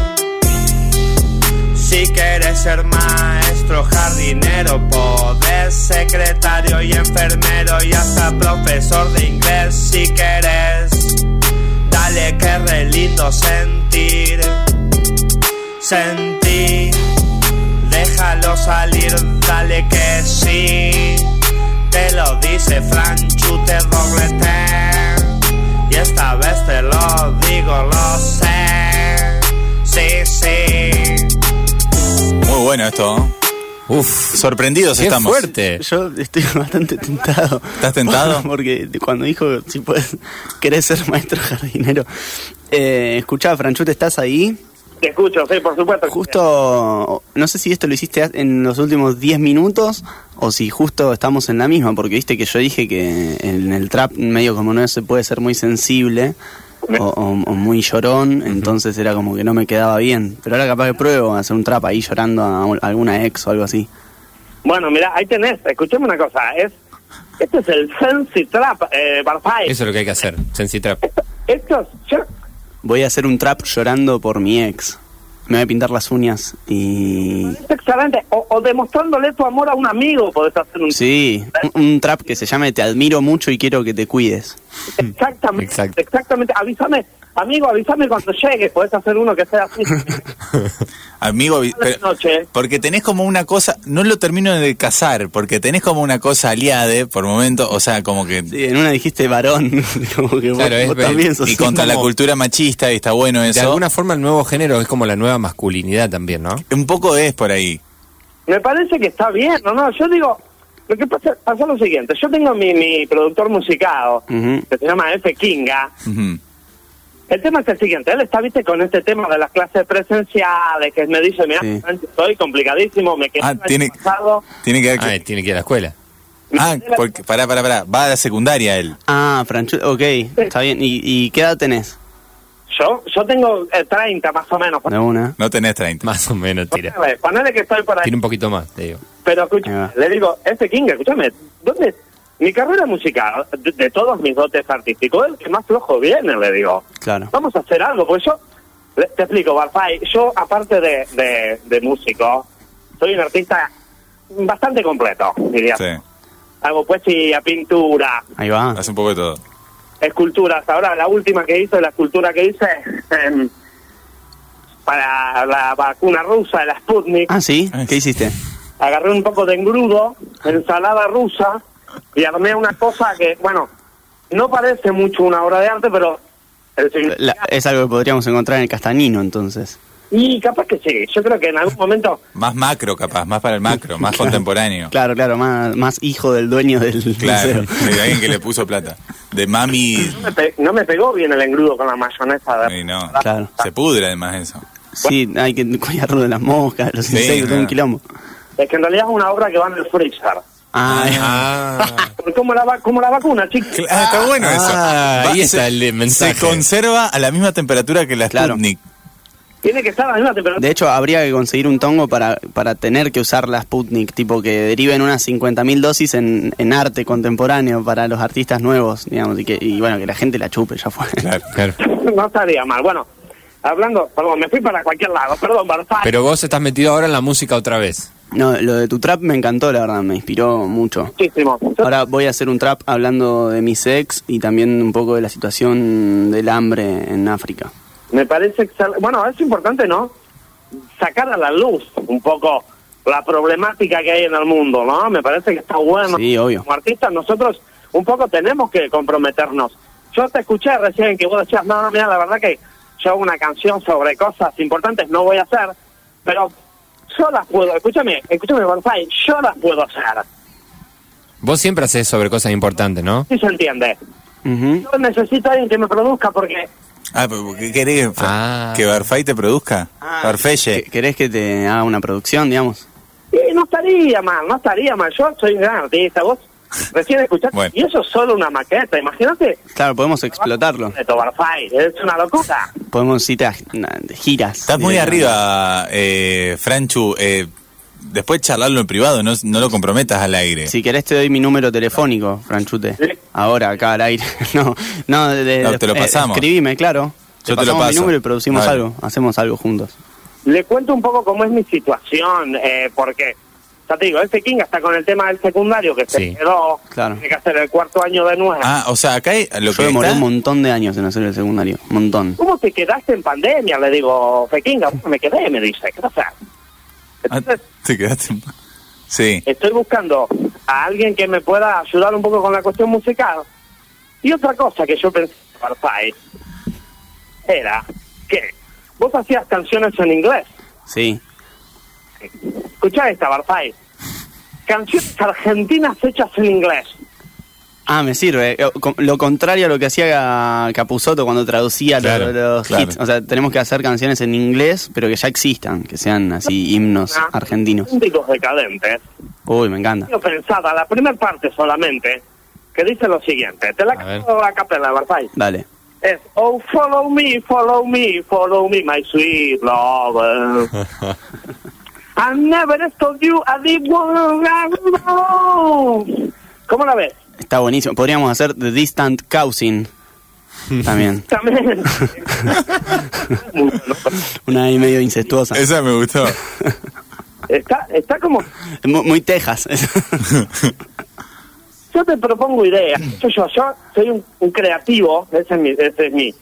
Si quieres ser maestro, jardinero, podés secretario y enfermero y hasta profesor de inglés si querés. Dale que re lindo sentir sentí. Déjalo salir, dale que sí. Te lo dice Franchute Doblete. Y esta vez te lo digo, lo sé. Sí, sí.
Muy bueno esto. ¿eh?
Uf,
Sorprendidos
qué
estamos.
fuerte.
Yo estoy [laughs] bastante tentado.
¿Estás tentado?
[laughs] Porque cuando dijo, si puedes, querés ser maestro jardinero. Eh, escuchá, Franchute, ¿estás ahí?
Te escucho, sí, por supuesto.
Justo, no sé si esto lo hiciste en los últimos 10 minutos o si justo estamos en la misma, porque viste que yo dije que en el trap medio como no se puede ser muy sensible o, o- o muy llorón, entonces era como que no me quedaba bien. Pero ahora capaz que pruebo a hacer un trap ahí llorando a un- a alguna ex o algo así.
Bueno, mira, ahí tenés. Escuchame una cosa. Es, este es el Sensi Trap, eh, Barzai.
Eso es lo que hay que hacer. Sensi Trap.
Esto es... yo-
Voy a hacer un trap llorando por mi ex. me voy a pintar las uñas y...
Exactamente. O, o demostrándole tu amor a un amigo podés hacer un...
Sí, un, un trap que se llame Te admiro mucho y quiero que te cuides.
Exactamente.
Exacto.
Exactamente. Avísame, amigo, avísame cuando llegues. Podés hacer uno que
[laughs]
sea así.
Amigo, avi-
Buenas
pero-
noches.
porque tenés como una cosa, no lo termino de cazar, porque tenés como una cosa aliade por momento, o sea, como que...
Sí, en una dijiste varón. [laughs] como que vos-
Claro, es
vos
ver-
también sos
Y contra la
como-
cultura machista, y está bueno
De
eso.
alguna forma el nuevo género es como la nueva masculinidad también, ¿no?
Un poco es por ahí.
Me parece que está bien, ¿no? no Yo digo, lo que pasa, pasa lo siguiente. Yo tengo mi, mi productor musicado,
Mm.
Ujú.
que se llama F. Kinga.
Ujú.
El tema es el siguiente. Él está, viste, con este tema de las clases presenciales, que me dice, mira,
Sí.
soy complicadísimo, me quedé
Ah,
el año
tiene-
pasado.
Tiene que ver...
Ah,
que-
él tiene que ir a la escuela.
Ah, porque, pará, pará, pará. Va a la secundaria él.
Ah, Franchu, ok, está bien. ¿Y, y qué edad tenés?
Yo, yo tengo eh, 30 más o menos.
De una.
No tenés 30.
Más o menos, tira.
Ponele, ponele que estoy por ahí.
Tiene un poquito más, te digo.
Pero
Ahí
escucha,
va.
le digo, este King, escúchame, ¿dónde? Mi carrera musical, de, de todos mis dotes artísticos, es el que más flojo viene, le digo.
Claro.
Vamos a hacer algo, porque yo, le- te explico, Barfay, yo aparte de, de, de músico, soy un artista bastante completo, diría.
Sí,
Hago poesía, pintura,
Ahí va.
hace un poco de todo.
esculturas. Ahora, la última que hice, la escultura que hice em, para la vacuna rusa, la Sputnik,
Ah, sí. ¿Qué hiciste?
agarré un poco de engrudo, ensalada rusa, y armé una cosa que, bueno, no parece mucho una obra de arte, pero... el significado-
La- es algo que podríamos encontrar en el Castanino, entonces.
y capaz que sí, yo creo que en algún momento...
Más macro, capaz, más para el macro, más contemporáneo.
Claro, claro, más, más hijo del dueño del
Claro,
museo.
[laughs] de alguien que le puso plata. De mami.
No me, pe- no me pegó bien el engrudo con la mayonesa. de-
y no.
Claro.
Se pudre además eso.
Sí, hay que cuidarlo de las moscas, de los
Sí,
insectos, de un
claro.
quilombo.
Es que en realidad es una obra que va en el freezer.
Ah,
Ah,
Como la, va- como la vacuna, chicos.
Cl- ah, está bueno eso.
Ah, ahí
Va,
está el mensaje.
Se conserva a la misma temperatura que la
Claro.
Sputnik.
Tiene que estar a la misma temperatura.
de hecho, habría que conseguir un tongo para, para tener que usar la Sputnik, tipo que deriven unas 50.000 dosis en, en arte contemporáneo para los artistas nuevos, digamos, y, que, y bueno, que la gente la chupe, ya fue.
Claro.
claro.
[laughs] no estaría mal. Bueno, hablando, perdón, me fui para cualquier lado, perdón, Barfay.
Pero vos estás metido ahora en la música otra vez.
No, lo de tu trap me encantó, la verdad, me inspiró mucho.
Muchísimo. Yo-
Ahora voy a hacer un trap hablando de mi sex y también un poco de la situación del hambre en África.
Me parece excel- Bueno, es importante, ¿no? Sacar a la luz un poco la problemática que hay en el mundo, ¿no? Me parece que está bueno.
Sí, obvio.
Como artistas, nosotros un poco tenemos que comprometernos. Yo te escuché recién que vos decías, no, no, mira, la verdad que yo hago una canción sobre cosas importantes, no voy a hacer, pero yo las puedo, escúchame, escúchame, Bonsai, yo las puedo hacer.
Vos siempre haces sobre cosas importantes, ¿no?
¿Sí se entiende?
Ujú.
Yo necesito a alguien que me produzca porque
Ah, pero ¿qué querés?
Ah.
¿Que Barfay te produzca? Barfelle.
¿Que- ¿Querés que te haga una producción, digamos?
Y no estaría mal, no estaría mal. Yo soy un gran artista, vos recién escuchaste.
Bueno.
Y eso es solo una maqueta, imagínate.
Claro, podemos explotarlo.
De Tobarfay, es una locura.
Podemos citas, giras.
Estás muy
Eh,
arriba, eh, Franchu. eh, después charlarlo en privado, no, no lo comprometas al aire.
Si querés te doy mi número telefónico, Franchute. Ahora, acá al aire. [laughs] No, no, de- de-
No, te lo
eh,
pasamos.
escribime, claro.
Yo te lo
pasamos mi
paso.
número y producimos
Dale.
algo. Hacemos algo juntos.
Le cuento un poco cómo es mi situación, eh, porque, ya te digo, este King está con el tema del secundario que
Sí,
se quedó.
claro.
Tiene que hacer el cuarto año de nuevo.
Ah, o sea, acá hay- lo
Yo
que
demoré
está-
un montón de años en hacer el secundario. Montón.
¿Cómo te quedaste en pandemia? Le digo, Fekinga, bueno, me quedé, me dice, ¿qué pasa?
Ah,
Entonces,
te quedaste... en- Sí.
estoy buscando a alguien que me pueda ayudar un poco con la cuestión musical. Y otra cosa que yo pensé, Barfay, era que vos hacías canciones en inglés.
Sí.
Escuchá esta, Barfay. Canciones argentinas hechas en inglés.
Ah, me sirve. Eh, co- Lo contrario a lo que hacía Capuzoto cuando traducía lo-
Claro,
los,
claro.
hits. O sea, tenemos que hacer canciones en inglés, pero que ya existan, que sean así himnos
Ah,
argentinos.
Auténticos decadentes.
Uy, me encanta.
Yo pensaba, la primera parte solamente, que dice lo siguiente. Te la
A ver.
canto a capela, Barfay.
Dale.
Es, oh, follow me, follow me, follow me, my sweet lover. I never told you I did what I know. ¿Cómo la ves?
Está buenísimo. Podríamos hacer The Distant Causing. También.
También. Muy bueno.
Una ahí medio incestuosa.
Esa me gustó.
Está, está como.
Mu- muy Texas. [laughs]
Yo te propongo ideas. Yo, yo, yo soy un, un creativo. Ese es, mi, ese es mi,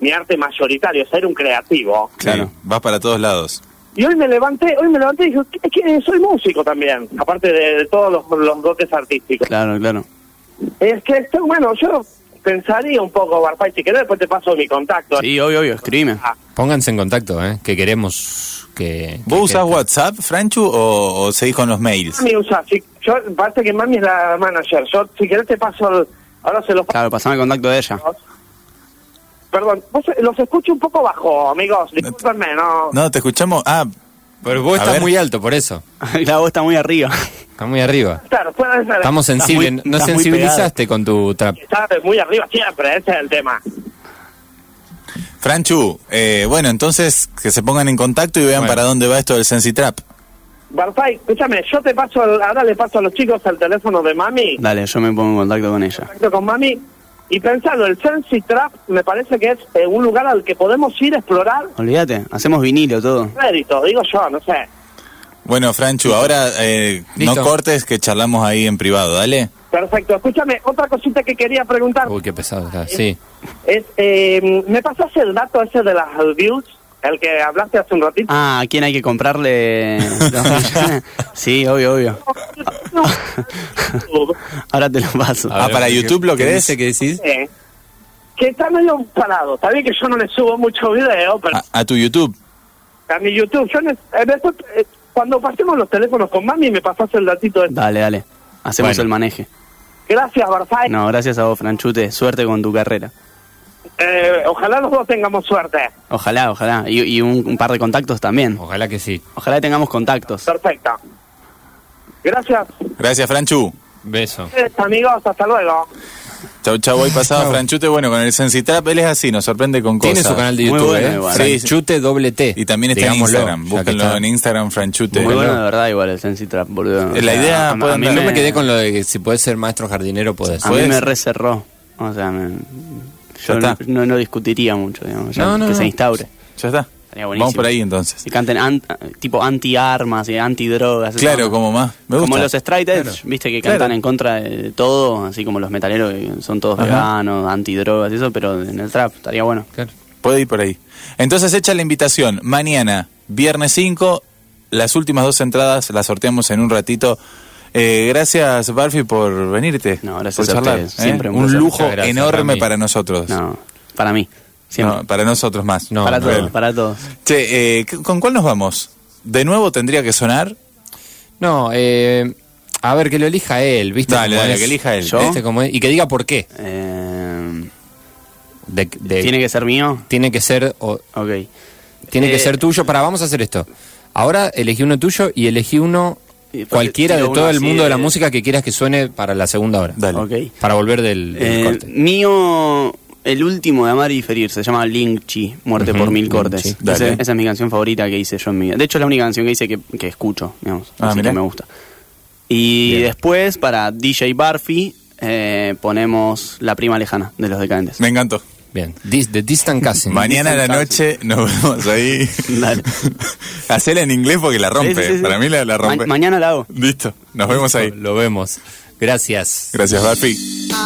mi arte mayoritario, ser un creativo.
Claro.
Sí, vas para todos lados.
Y hoy me levanté, hoy me levanté y dije, "¿Qué- qué? soy músico también, aparte de, de todos los, los dotes artísticos.
claro, claro.
Es que esto, bueno, yo pensaría un poco, Barfay, si querés, después te paso mi contacto.
Sí, obvio, obvio, escribime.
Pónganse en contacto, ¿eh? Que queremos que...
¿Vos
que-
usás WhatsApp, Franchu, o, o seguís con los mails?
Mami usa, si- yo, parece que Mami es la manager. Yo, si querés, te paso el- ahora se los paso.
Claro, pasame el contacto de ella. [laughs]
Perdón, vos- los escucho un poco bajo, amigos, discúlpenme, no.
No, te escuchamos. Ah,
Pero vos
A
estás
ver.
muy alto, por eso.
La voz está muy arriba. [laughs]
Estás muy arriba.
Claro, puede ser.
Estamos
Estás
sensibles.
muy-
no
estás muy
sensibilizaste con tu trap.
Está muy arriba siempre, ese es el tema.
Franchu, eh, bueno, entonces que se pongan en contacto y vean
Bueno.
para dónde va esto del Sensitrap.
Barfay, escúchame, yo te paso, el- ahora le paso a los chicos el teléfono de Mami.
Dale, yo me pongo en contacto con ella.
contacto con mami y pensando, el Sensi Trap me parece que es eh, un lugar al que podemos ir a explorar
Olvídate, hacemos vinilo todo.
crédito, digo yo, no sé.
Bueno, Franchu, ahora eh, no
Listo.
cortes que charlamos ahí en privado, dale.
Perfecto, escúchame, otra cosita que quería preguntar
Uy, qué pesado está. Sí.
es, eh, ¿me pasás el dato ese de las views, el que hablaste hace un ratito?
Ah, ¿a quién hay que comprarle? [laughs] los- sí, obvio, obvio. Ahora te lo paso.
Ah, ¿para YouTube lo querés?
¿Qué decís?
[laughs] Eh, que está medio parado, está bien que yo no le subo mucho video, pero
A, a tu YouTube.
a mi YouTube, yo ne- eh, después, eh, cuando pasemos los teléfonos con mami me pasás el datito ese.
Dale, dale. Hacemos
Bueno.
el maneje.
Gracias, Barfay.
No, gracias a vos, Franchute. Suerte con tu carrera.
Eh, ojalá los dos tengamos suerte.
Ojalá, ojalá. Y, y un, un par de contactos también.
Ojalá que sí.
Ojalá que tengamos contactos.
Perfecto. Gracias,
Gracias, Franchu.
Beso.
amigos. Hasta luego.
Chau, chau, hoy pasaba Franchute. Bueno, con el Sensitrap él es así, nos sorprende con cosas.
Tiene su canal de
Muy
YouTube,
bueno,
¿eh?
igual.
Fran
Sí.
Chute doble T.
Y también está
Digámoslo,
en Instagram.
ya que
Búsquenlo
está.
en Instagram, Franchute.
Muy bueno, de verdad, igual el Sensi Trap, boludo.
Eh, La idea
a- a,
puede
mí
andar.
Yo
me, Ah.
me quedé con lo de que si puedes ser maestro jardinero, podés.
a mí me recerró. O sea, me- yo
Ya está.
no, no, no discutiría mucho, digamos. Ya
No, no,
que se
no.
instaure.
Ya está.
Estaría buenísimo.
Vamos por ahí entonces.
Que canten an- tipo anti-armas y anti-drogas. esa
Claro,
onda.
como más. Me gusta.
Como los Straight Edge, viste que cantan en contra de todo, así como los metaleros que son todos veganos, antidrogas y eso, pero en el trap estaría bueno.
Claro.
Puede ir por ahí. Entonces hecha la invitación. Mañana, viernes 5, las últimas dos entradas las sorteamos en un ratito. Eh, gracias, Barfi, por venirte.
No, gracias
por
a
charlar, ¿eh?
ustedes. Siempre un
un,
placer.
lujo
Muchas gracias,
enorme
Rami.
para nosotros.
No, para mí, siempre.
No, para nosotros más.
No,
para
no,
todos,
no.
para todos.
Che, eh, ¿con cuál nos vamos? ¿De nuevo tendría que sonar?
No, eh, a ver, que lo elija él, ¿viste?
Dale,
cómo
dale,
es?
que elija él.
¿Yo? ¿Viste cómo es? Y que diga por qué.
Eh,
De- de-
¿Tiene que ser mío?
tiene que ser o-
Ok.
tiene
Eh,
que ser tuyo. Para, vamos a hacer esto. Ahora elegí uno tuyo y elegí uno
Y después
cualquiera de
tiro
todo
uno
el
así
mundo de la
de-
música que quieras que suene para la segunda hora.
Dale.
Ok.
Para volver del, del
Eh,
corte.
mío, el último de Amar y Ferir, se llama Link Chi, Muerte
Ujú,
por Mil
Link Chi.
Cortes.
Dale.
Ese- esa es mi canción favorita que hice yo en mi vida. De hecho, es la única canción que hice que, que escucho, digamos.
Ah,
así
mirá.
que me gusta. Y
Bien.
después, para DJ Barfi, eh, ponemos La Prima Lejana de los Decadentes.
Me encantó.
Bien. Dis- The Distant Cousin.
Mañana a la
Distant
noche nos vemos
[laughs]
ahí.
Dale.
Hacela en inglés porque la rompe.
Sí, sí, sí, sí.
Para mí la, la [laughs]
Ma-
rompe.
mañana la hago.
Listo. Nos vemos ahí.
Lo vemos. Gracias.
Gracias, Barfi.
I